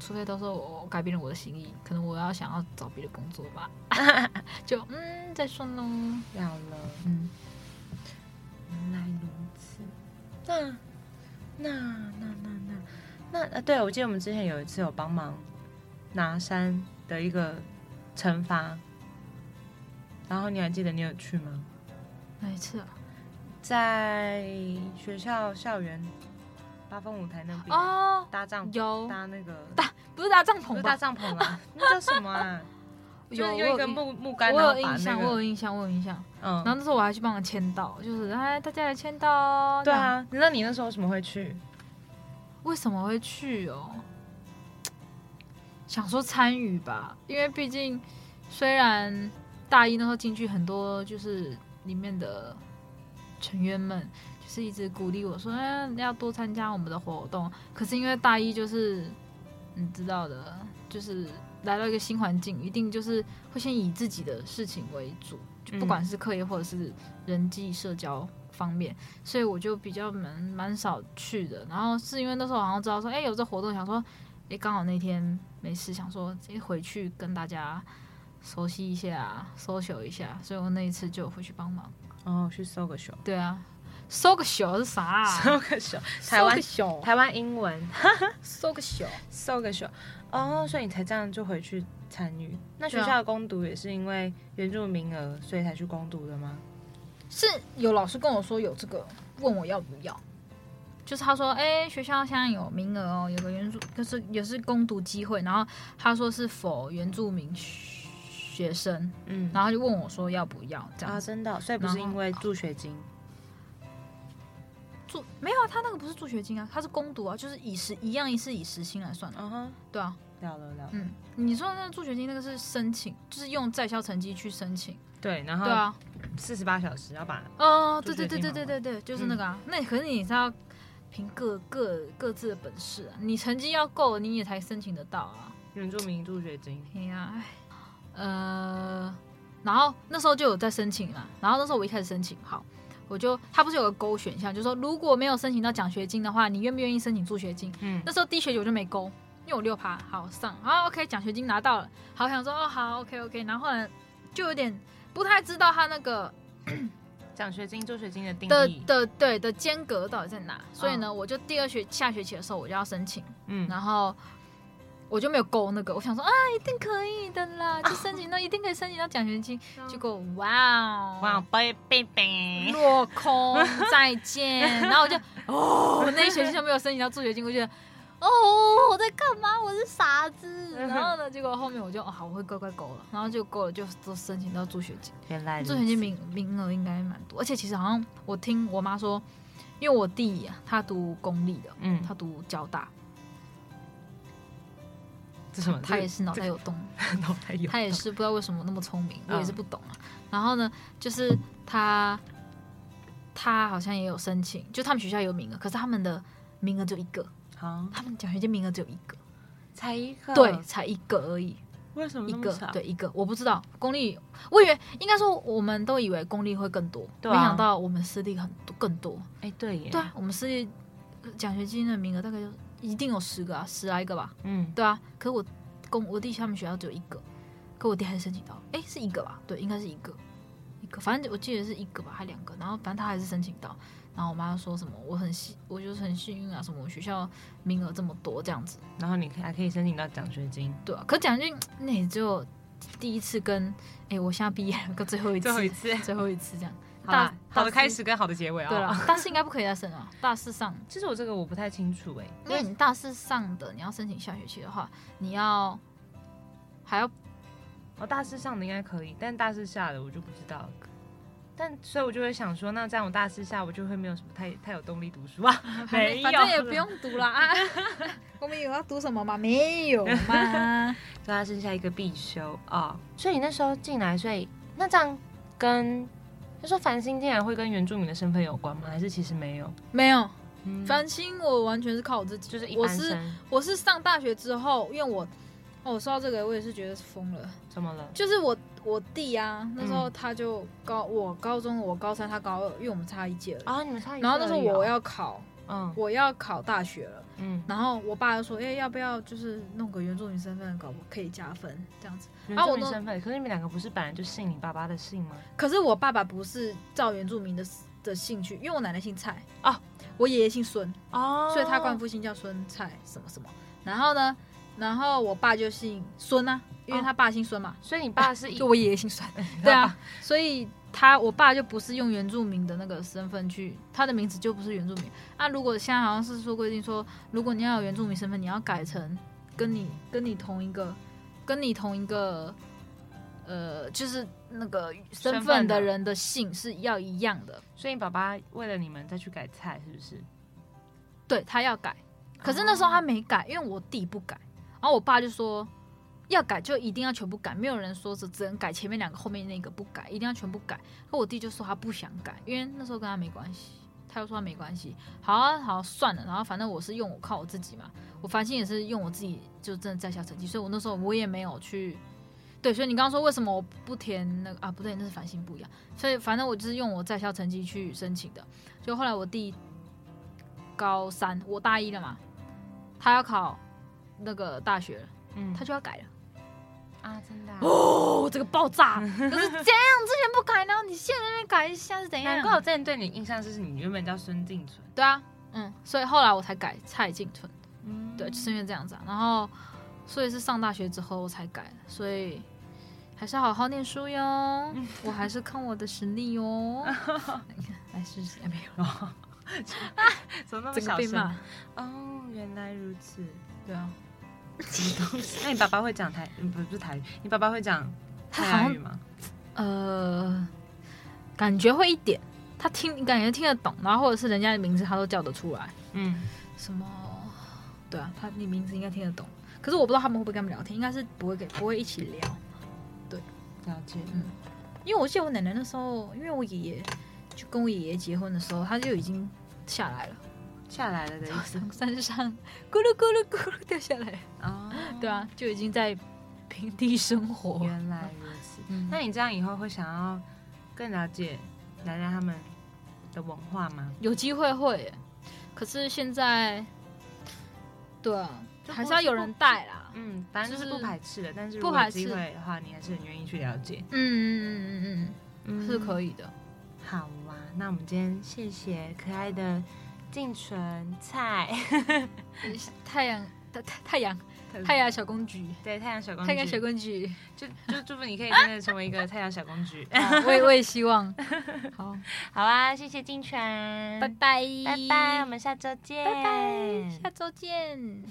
Speaker 12: 除非到时候我改变了我的心意，可能我要想要找别的工作
Speaker 7: <laughs>
Speaker 12: 吧。就嗯，再说喽。
Speaker 7: 要了。
Speaker 12: 嗯，
Speaker 7: 原来如此。那那那那那那呃，对，我记得我们之前有一次有帮忙拿山的一个惩罚，然后你还记得你有去吗？
Speaker 12: 哪一次啊？
Speaker 7: 在学校校园八风舞台那边、
Speaker 12: 哦，
Speaker 7: 搭帐篷，
Speaker 12: 有
Speaker 7: 搭那个
Speaker 12: 不是搭帐
Speaker 7: 不
Speaker 12: 篷
Speaker 7: 是搭
Speaker 12: 吧？
Speaker 7: 帐篷
Speaker 12: <laughs>
Speaker 7: 啊，那叫什么啊？
Speaker 12: 有
Speaker 7: 就是用一
Speaker 12: 我有
Speaker 7: 个
Speaker 12: 印
Speaker 7: 木木杆，
Speaker 12: 我
Speaker 7: 然后
Speaker 12: 有
Speaker 7: 把
Speaker 12: 印象，
Speaker 7: 那
Speaker 12: 我
Speaker 7: 个
Speaker 12: 有印象，我有印象。然后
Speaker 7: 嗯，
Speaker 12: 那时候我还去帮忙签到，就是哎，大家来签到哦。
Speaker 7: 对
Speaker 12: 这样，
Speaker 7: 啊，那你那时候为什么会去？
Speaker 12: 为什么会去哦？想说参与吧，因为毕竟虽然大一那时候进去，很多就是里面的成员们就是一直鼓励我说，哎，要多参加我们的活动。可是因为大一就是你知道的，就是来到一个新环境，一定就是会先以自己的事情为主，就不
Speaker 7: 嗯
Speaker 12: 管是课业或者是人际社交方面，所以我就比较蛮蛮少去的。然后是因为那时候好像知道说，哎、有这活动，想说，哎、刚好那天没事，想说，哎、回去跟大家熟悉一下，搜求一下，所以我那一次就回去帮忙。
Speaker 7: 哦，去搜个熊。
Speaker 12: 对啊，搜个熊是啥、
Speaker 7: <laughs>
Speaker 12: 啊？
Speaker 7: 搜个熊，台湾
Speaker 12: 熊，
Speaker 7: 台湾英文，
Speaker 12: 搜个熊，
Speaker 7: 搜个熊。哦，所以你才这样就回去参与。那学校的攻读也是因为援助名额，所以才去攻读的吗？
Speaker 12: 是有老师跟我说有这个，问我要不要。就是他说，哎、学校现在有名额哦，有个援助，就是也是攻读机会。然后他说是否原住民学学生，
Speaker 7: 嗯，
Speaker 12: 然后就问我说要不要这样
Speaker 7: 啊，
Speaker 12: 子。
Speaker 7: 真的哦、所以不是
Speaker 12: 然后
Speaker 7: 因为助学金
Speaker 12: 助没有啊，他那个不是助学金啊，他是攻读啊，就是以时一样是以时薪来算的、
Speaker 7: 啊哈，
Speaker 12: 对啊，
Speaker 7: 了了了，
Speaker 12: 嗯，你说的那个助学金那个是申请，就是用在校成绩去申请。
Speaker 7: 对，然
Speaker 12: 对
Speaker 7: 后
Speaker 12: 啊，
Speaker 7: 四十八小时要把
Speaker 12: 哦，对
Speaker 7: 助学
Speaker 12: 对
Speaker 7: 金
Speaker 12: 对对
Speaker 7: 嘛
Speaker 12: 对对对，就是那个啊。那可是你是要凭各各各自的本事啊，你成绩要够，你也才申请得到啊。
Speaker 7: 原住民助学金，
Speaker 12: 哎呀，唉呃，然后那时候就有在申请嘛，然后那时候我一开始申请，好，我就他不是有个勾选项，就说如果没有申请到奖学金的话，你愿不愿意申请助学金？
Speaker 7: 嗯
Speaker 12: 那时候第一学期我就没勾，因为我六趴，好上，啊 OK，奖学金拿到了，好我想说哦好 OK OK，然后后来就有点不太知道他那个
Speaker 7: 奖学金、助学金的定
Speaker 12: 的
Speaker 7: 义，
Speaker 12: 的对的间隔到底在哪，所以呢，我就第二学下学期的时候我就要申请，
Speaker 7: 嗯
Speaker 12: 然后我就没有勾那个，我想说啊，一定可以的
Speaker 7: 啊
Speaker 12: 啦，就申请到一定可以申请到奖学金，结果哇哦，
Speaker 7: 嗯哇，贝贝贝，
Speaker 12: 落空，再
Speaker 7: <laughs>
Speaker 12: 见，然后我就哦，那一学期就没有申请到助学金，我就觉得。哦，我在干嘛？我是傻子。然后呢，结果后面我就哦好，我会乖乖勾了，然后就勾了，就都申请到助学金。
Speaker 7: 原来
Speaker 12: 助学金名名额应该蛮多，而且其实好像我听我妈说，因为我弟、啊、他读公立的，
Speaker 7: 嗯
Speaker 12: 他读交大，
Speaker 7: 这什么？
Speaker 12: 他也是脑袋有洞，
Speaker 7: 这脑袋有，
Speaker 12: 他也是不知道为什么那么聪明，我
Speaker 7: 嗯
Speaker 12: 也是不懂啊。然后呢，就是他他好像也有申请，就他们学校有名额，可是他们的名额只有一个，
Speaker 7: 好，
Speaker 12: 他们奖学金名额只有一个，
Speaker 7: 才一个，
Speaker 12: 对，才一个而已。
Speaker 7: 为嗯什么
Speaker 12: 一
Speaker 7: 那么
Speaker 12: 个
Speaker 7: 少？
Speaker 12: 对一个，我不知道公立，我以为应该说我们都以为公立会更多，
Speaker 7: 对啊
Speaker 12: 没想到我们私立很多更多。
Speaker 7: 哎，对耶，
Speaker 12: 对啊，我们私立呃奖学金的名额大概就一定有十个啊，十来个吧。
Speaker 7: 嗯，
Speaker 12: 对啊，可我公我弟他们学校只有一个，可我弟还是申请到了，哎，是一个吧？对，应该是一个，一个，反正我记得是一个吧，还两个，然后反正他还是申请到。然后我妈说什么我很幸，我就是很幸运啊，什么我学校名额这么多这样子。
Speaker 7: 然后你可以还可以申请到奖学金，
Speaker 12: 对啊，可奖学金那也只有第一次跟，哎，我现在毕业了， <laughs> 跟最后一次，
Speaker 7: 最后一次
Speaker 12: 最后一次这样。
Speaker 7: 好啦，
Speaker 12: 大
Speaker 7: 好的开始跟好的结尾啊。
Speaker 12: 对了，
Speaker 7: <laughs>
Speaker 12: 大四应该不可以再申了，大四上
Speaker 7: 其实我这个我不太清楚哎，
Speaker 12: 因为你大四上的，你要申请下学期的话，你要还要
Speaker 7: 我哦大四上的应该可以，但大四下的我就不知道了。但所以，我就会想说，那这样我大四下我就会没有什么太太有动力读书啊，没有，
Speaker 12: 反正也不用读了啊。 <laughs> 我们有要读什么吗？没有嘛。
Speaker 7: 对他剩下一个必修啊、所以你那时候进来，所以那这样跟就说繁星进来会跟原住民的身份有关吗？还是其实没有？
Speaker 12: <laughs> 没有，
Speaker 7: 嗯，
Speaker 12: 繁星我完全是靠我自己，
Speaker 7: 就是一
Speaker 12: 我
Speaker 7: 般
Speaker 12: 是
Speaker 7: 生
Speaker 12: 我是上大学之后，因为我哦，我说到这个，我也是觉得疯了。
Speaker 7: 怎么了？
Speaker 12: 就是我我弟啊，那时候
Speaker 7: 嗯
Speaker 12: 他就高，我高中我高三，他高二，因为我们差一届了。
Speaker 7: 啊，你们差一岁
Speaker 12: 然后那时候我
Speaker 7: 而已哦
Speaker 12: 要考，
Speaker 7: 嗯
Speaker 12: 我要考大学了。
Speaker 7: 嗯，
Speaker 12: 然后我爸就说：“哎、要不要就是弄个原住民身份，搞不可以加分这样子
Speaker 7: 原
Speaker 12: 啊
Speaker 7: 住
Speaker 12: 我
Speaker 7: 民
Speaker 12: 都
Speaker 7: 身份，可是你们两个不是本来就姓你爸爸的姓吗？？”
Speaker 12: 可是我爸爸不是照原住民的的姓去，因为我奶奶姓蔡
Speaker 7: 哦，
Speaker 12: 我爷爷姓孙，
Speaker 7: 哦
Speaker 12: 所以他冠夫姓叫孙蔡什么什么。然后呢，然后我爸就姓孙啊，因为他爸姓孙嘛，
Speaker 7: 所以你爸是一
Speaker 12: 就我爷爷姓孙，对啊，所以他我爸就不是用原住民的那个身份去，他的名字就不是原住民。那、如果现在好像是说规定说，如果你要有原住民身份，你要改成跟你跟你同一个跟你同一个呃，就是那个
Speaker 7: 身
Speaker 12: 身
Speaker 7: 份
Speaker 12: 份
Speaker 7: 的
Speaker 12: 的人的姓是要一样的，
Speaker 7: 所以你爸爸为了你们再去改菜，是不是？
Speaker 12: 对他要改。可是那时候他没改，因为我弟不改，然后我爸就说。要改就一定要全部改，没有人说是只能改前面两个，后面那个不改，一定要全部改。可我弟就说他不想改，因为那时候跟他没关系，他就说他没关系，好啊好啊算了，然后反正我是用我靠我自己嘛，我繁星也是用我自己就真的在校成绩，所以我那时候我也没有去，对，所以你刚刚说为什么我不填那个啊？不对，那是繁星不一样，所以反正我就是用我在校成绩去申请的，就后来我弟高三，我大一了嘛，他要考那个大学了，
Speaker 7: 嗯，
Speaker 12: 他就要改了。啊，真的 <gasps> 啊、
Speaker 13: 哦，这个爆
Speaker 12: <laughs>
Speaker 13: 炸，
Speaker 12: 可是这样之前不改，然后你现在那边改一下是怎样？
Speaker 7: 难怪我之前对你印象是你原本叫孙静纯，
Speaker 12: 对啊，嗯，所以后来我才改蔡静纯，对，就是因为这样子、啊，然后所以是上大学之后我才改的，所以还是好好念书哟，我还是看我的实力 <laughs> 哟，你看来试试，哎没有，
Speaker 7: 怎么那么
Speaker 12: 整个
Speaker 7: 小
Speaker 12: 被骂
Speaker 7: 声？，哦，原来如 <laughs> 此。
Speaker 12: 对啊，
Speaker 7: 什么东西？那你哎爸爸会讲台？嗯不是不是台语，你爸爸会讲泰雅语吗？
Speaker 12: 呃，感觉会一点，他听感觉听得懂，然后或者是人家的名字他都叫得出来，
Speaker 7: 嗯，
Speaker 12: 什么，对啊，他你名字应该听得懂，可是我不知道他们会不会跟他们聊天，应该是不会给不会一起聊，
Speaker 7: 了解。
Speaker 12: 嗯，因为我记得我奶奶那时候，因为我爷爷就跟我爷爷结婚的时候，他就已经下来了，
Speaker 7: 下来了的意思
Speaker 12: 从山上咕噜咕噜咕噜掉下来，
Speaker 7: 哦，
Speaker 12: 对啊，就已经在平地生活，
Speaker 7: 原来如此。
Speaker 12: 嗯
Speaker 7: 那你这样以后会想要更了解奶奶他们的文化吗？
Speaker 12: 有机会会耶，可是现在，对啊，
Speaker 7: 就不
Speaker 12: 还是要有人带啦。
Speaker 7: 嗯，反正就是
Speaker 12: 就
Speaker 7: 不
Speaker 12: 是
Speaker 7: 排斥的，但是
Speaker 12: 不
Speaker 7: 如果有
Speaker 12: 排斥
Speaker 7: 机会的话，你还是很愿意去了解，
Speaker 12: 嗯嗯嗯嗯嗯，是可
Speaker 7: 以。
Speaker 12: 以的。
Speaker 7: 好啊，那我们今天谢谢可爱的静纯菜，
Speaker 12: 太阳太太太阳
Speaker 7: <laughs>
Speaker 12: 太阳小公举，
Speaker 7: 对太阳小公主，
Speaker 12: 太阳小公举，
Speaker 7: 就就祝福你可以真的成为一个太阳小公主。
Speaker 12: 啊 <laughs> 我也我也希望。 <laughs> 好，
Speaker 7: <laughs> 好啊，谢谢静纯，
Speaker 12: 拜拜
Speaker 7: 拜拜，我们下周见，拜拜
Speaker 12: 下周见。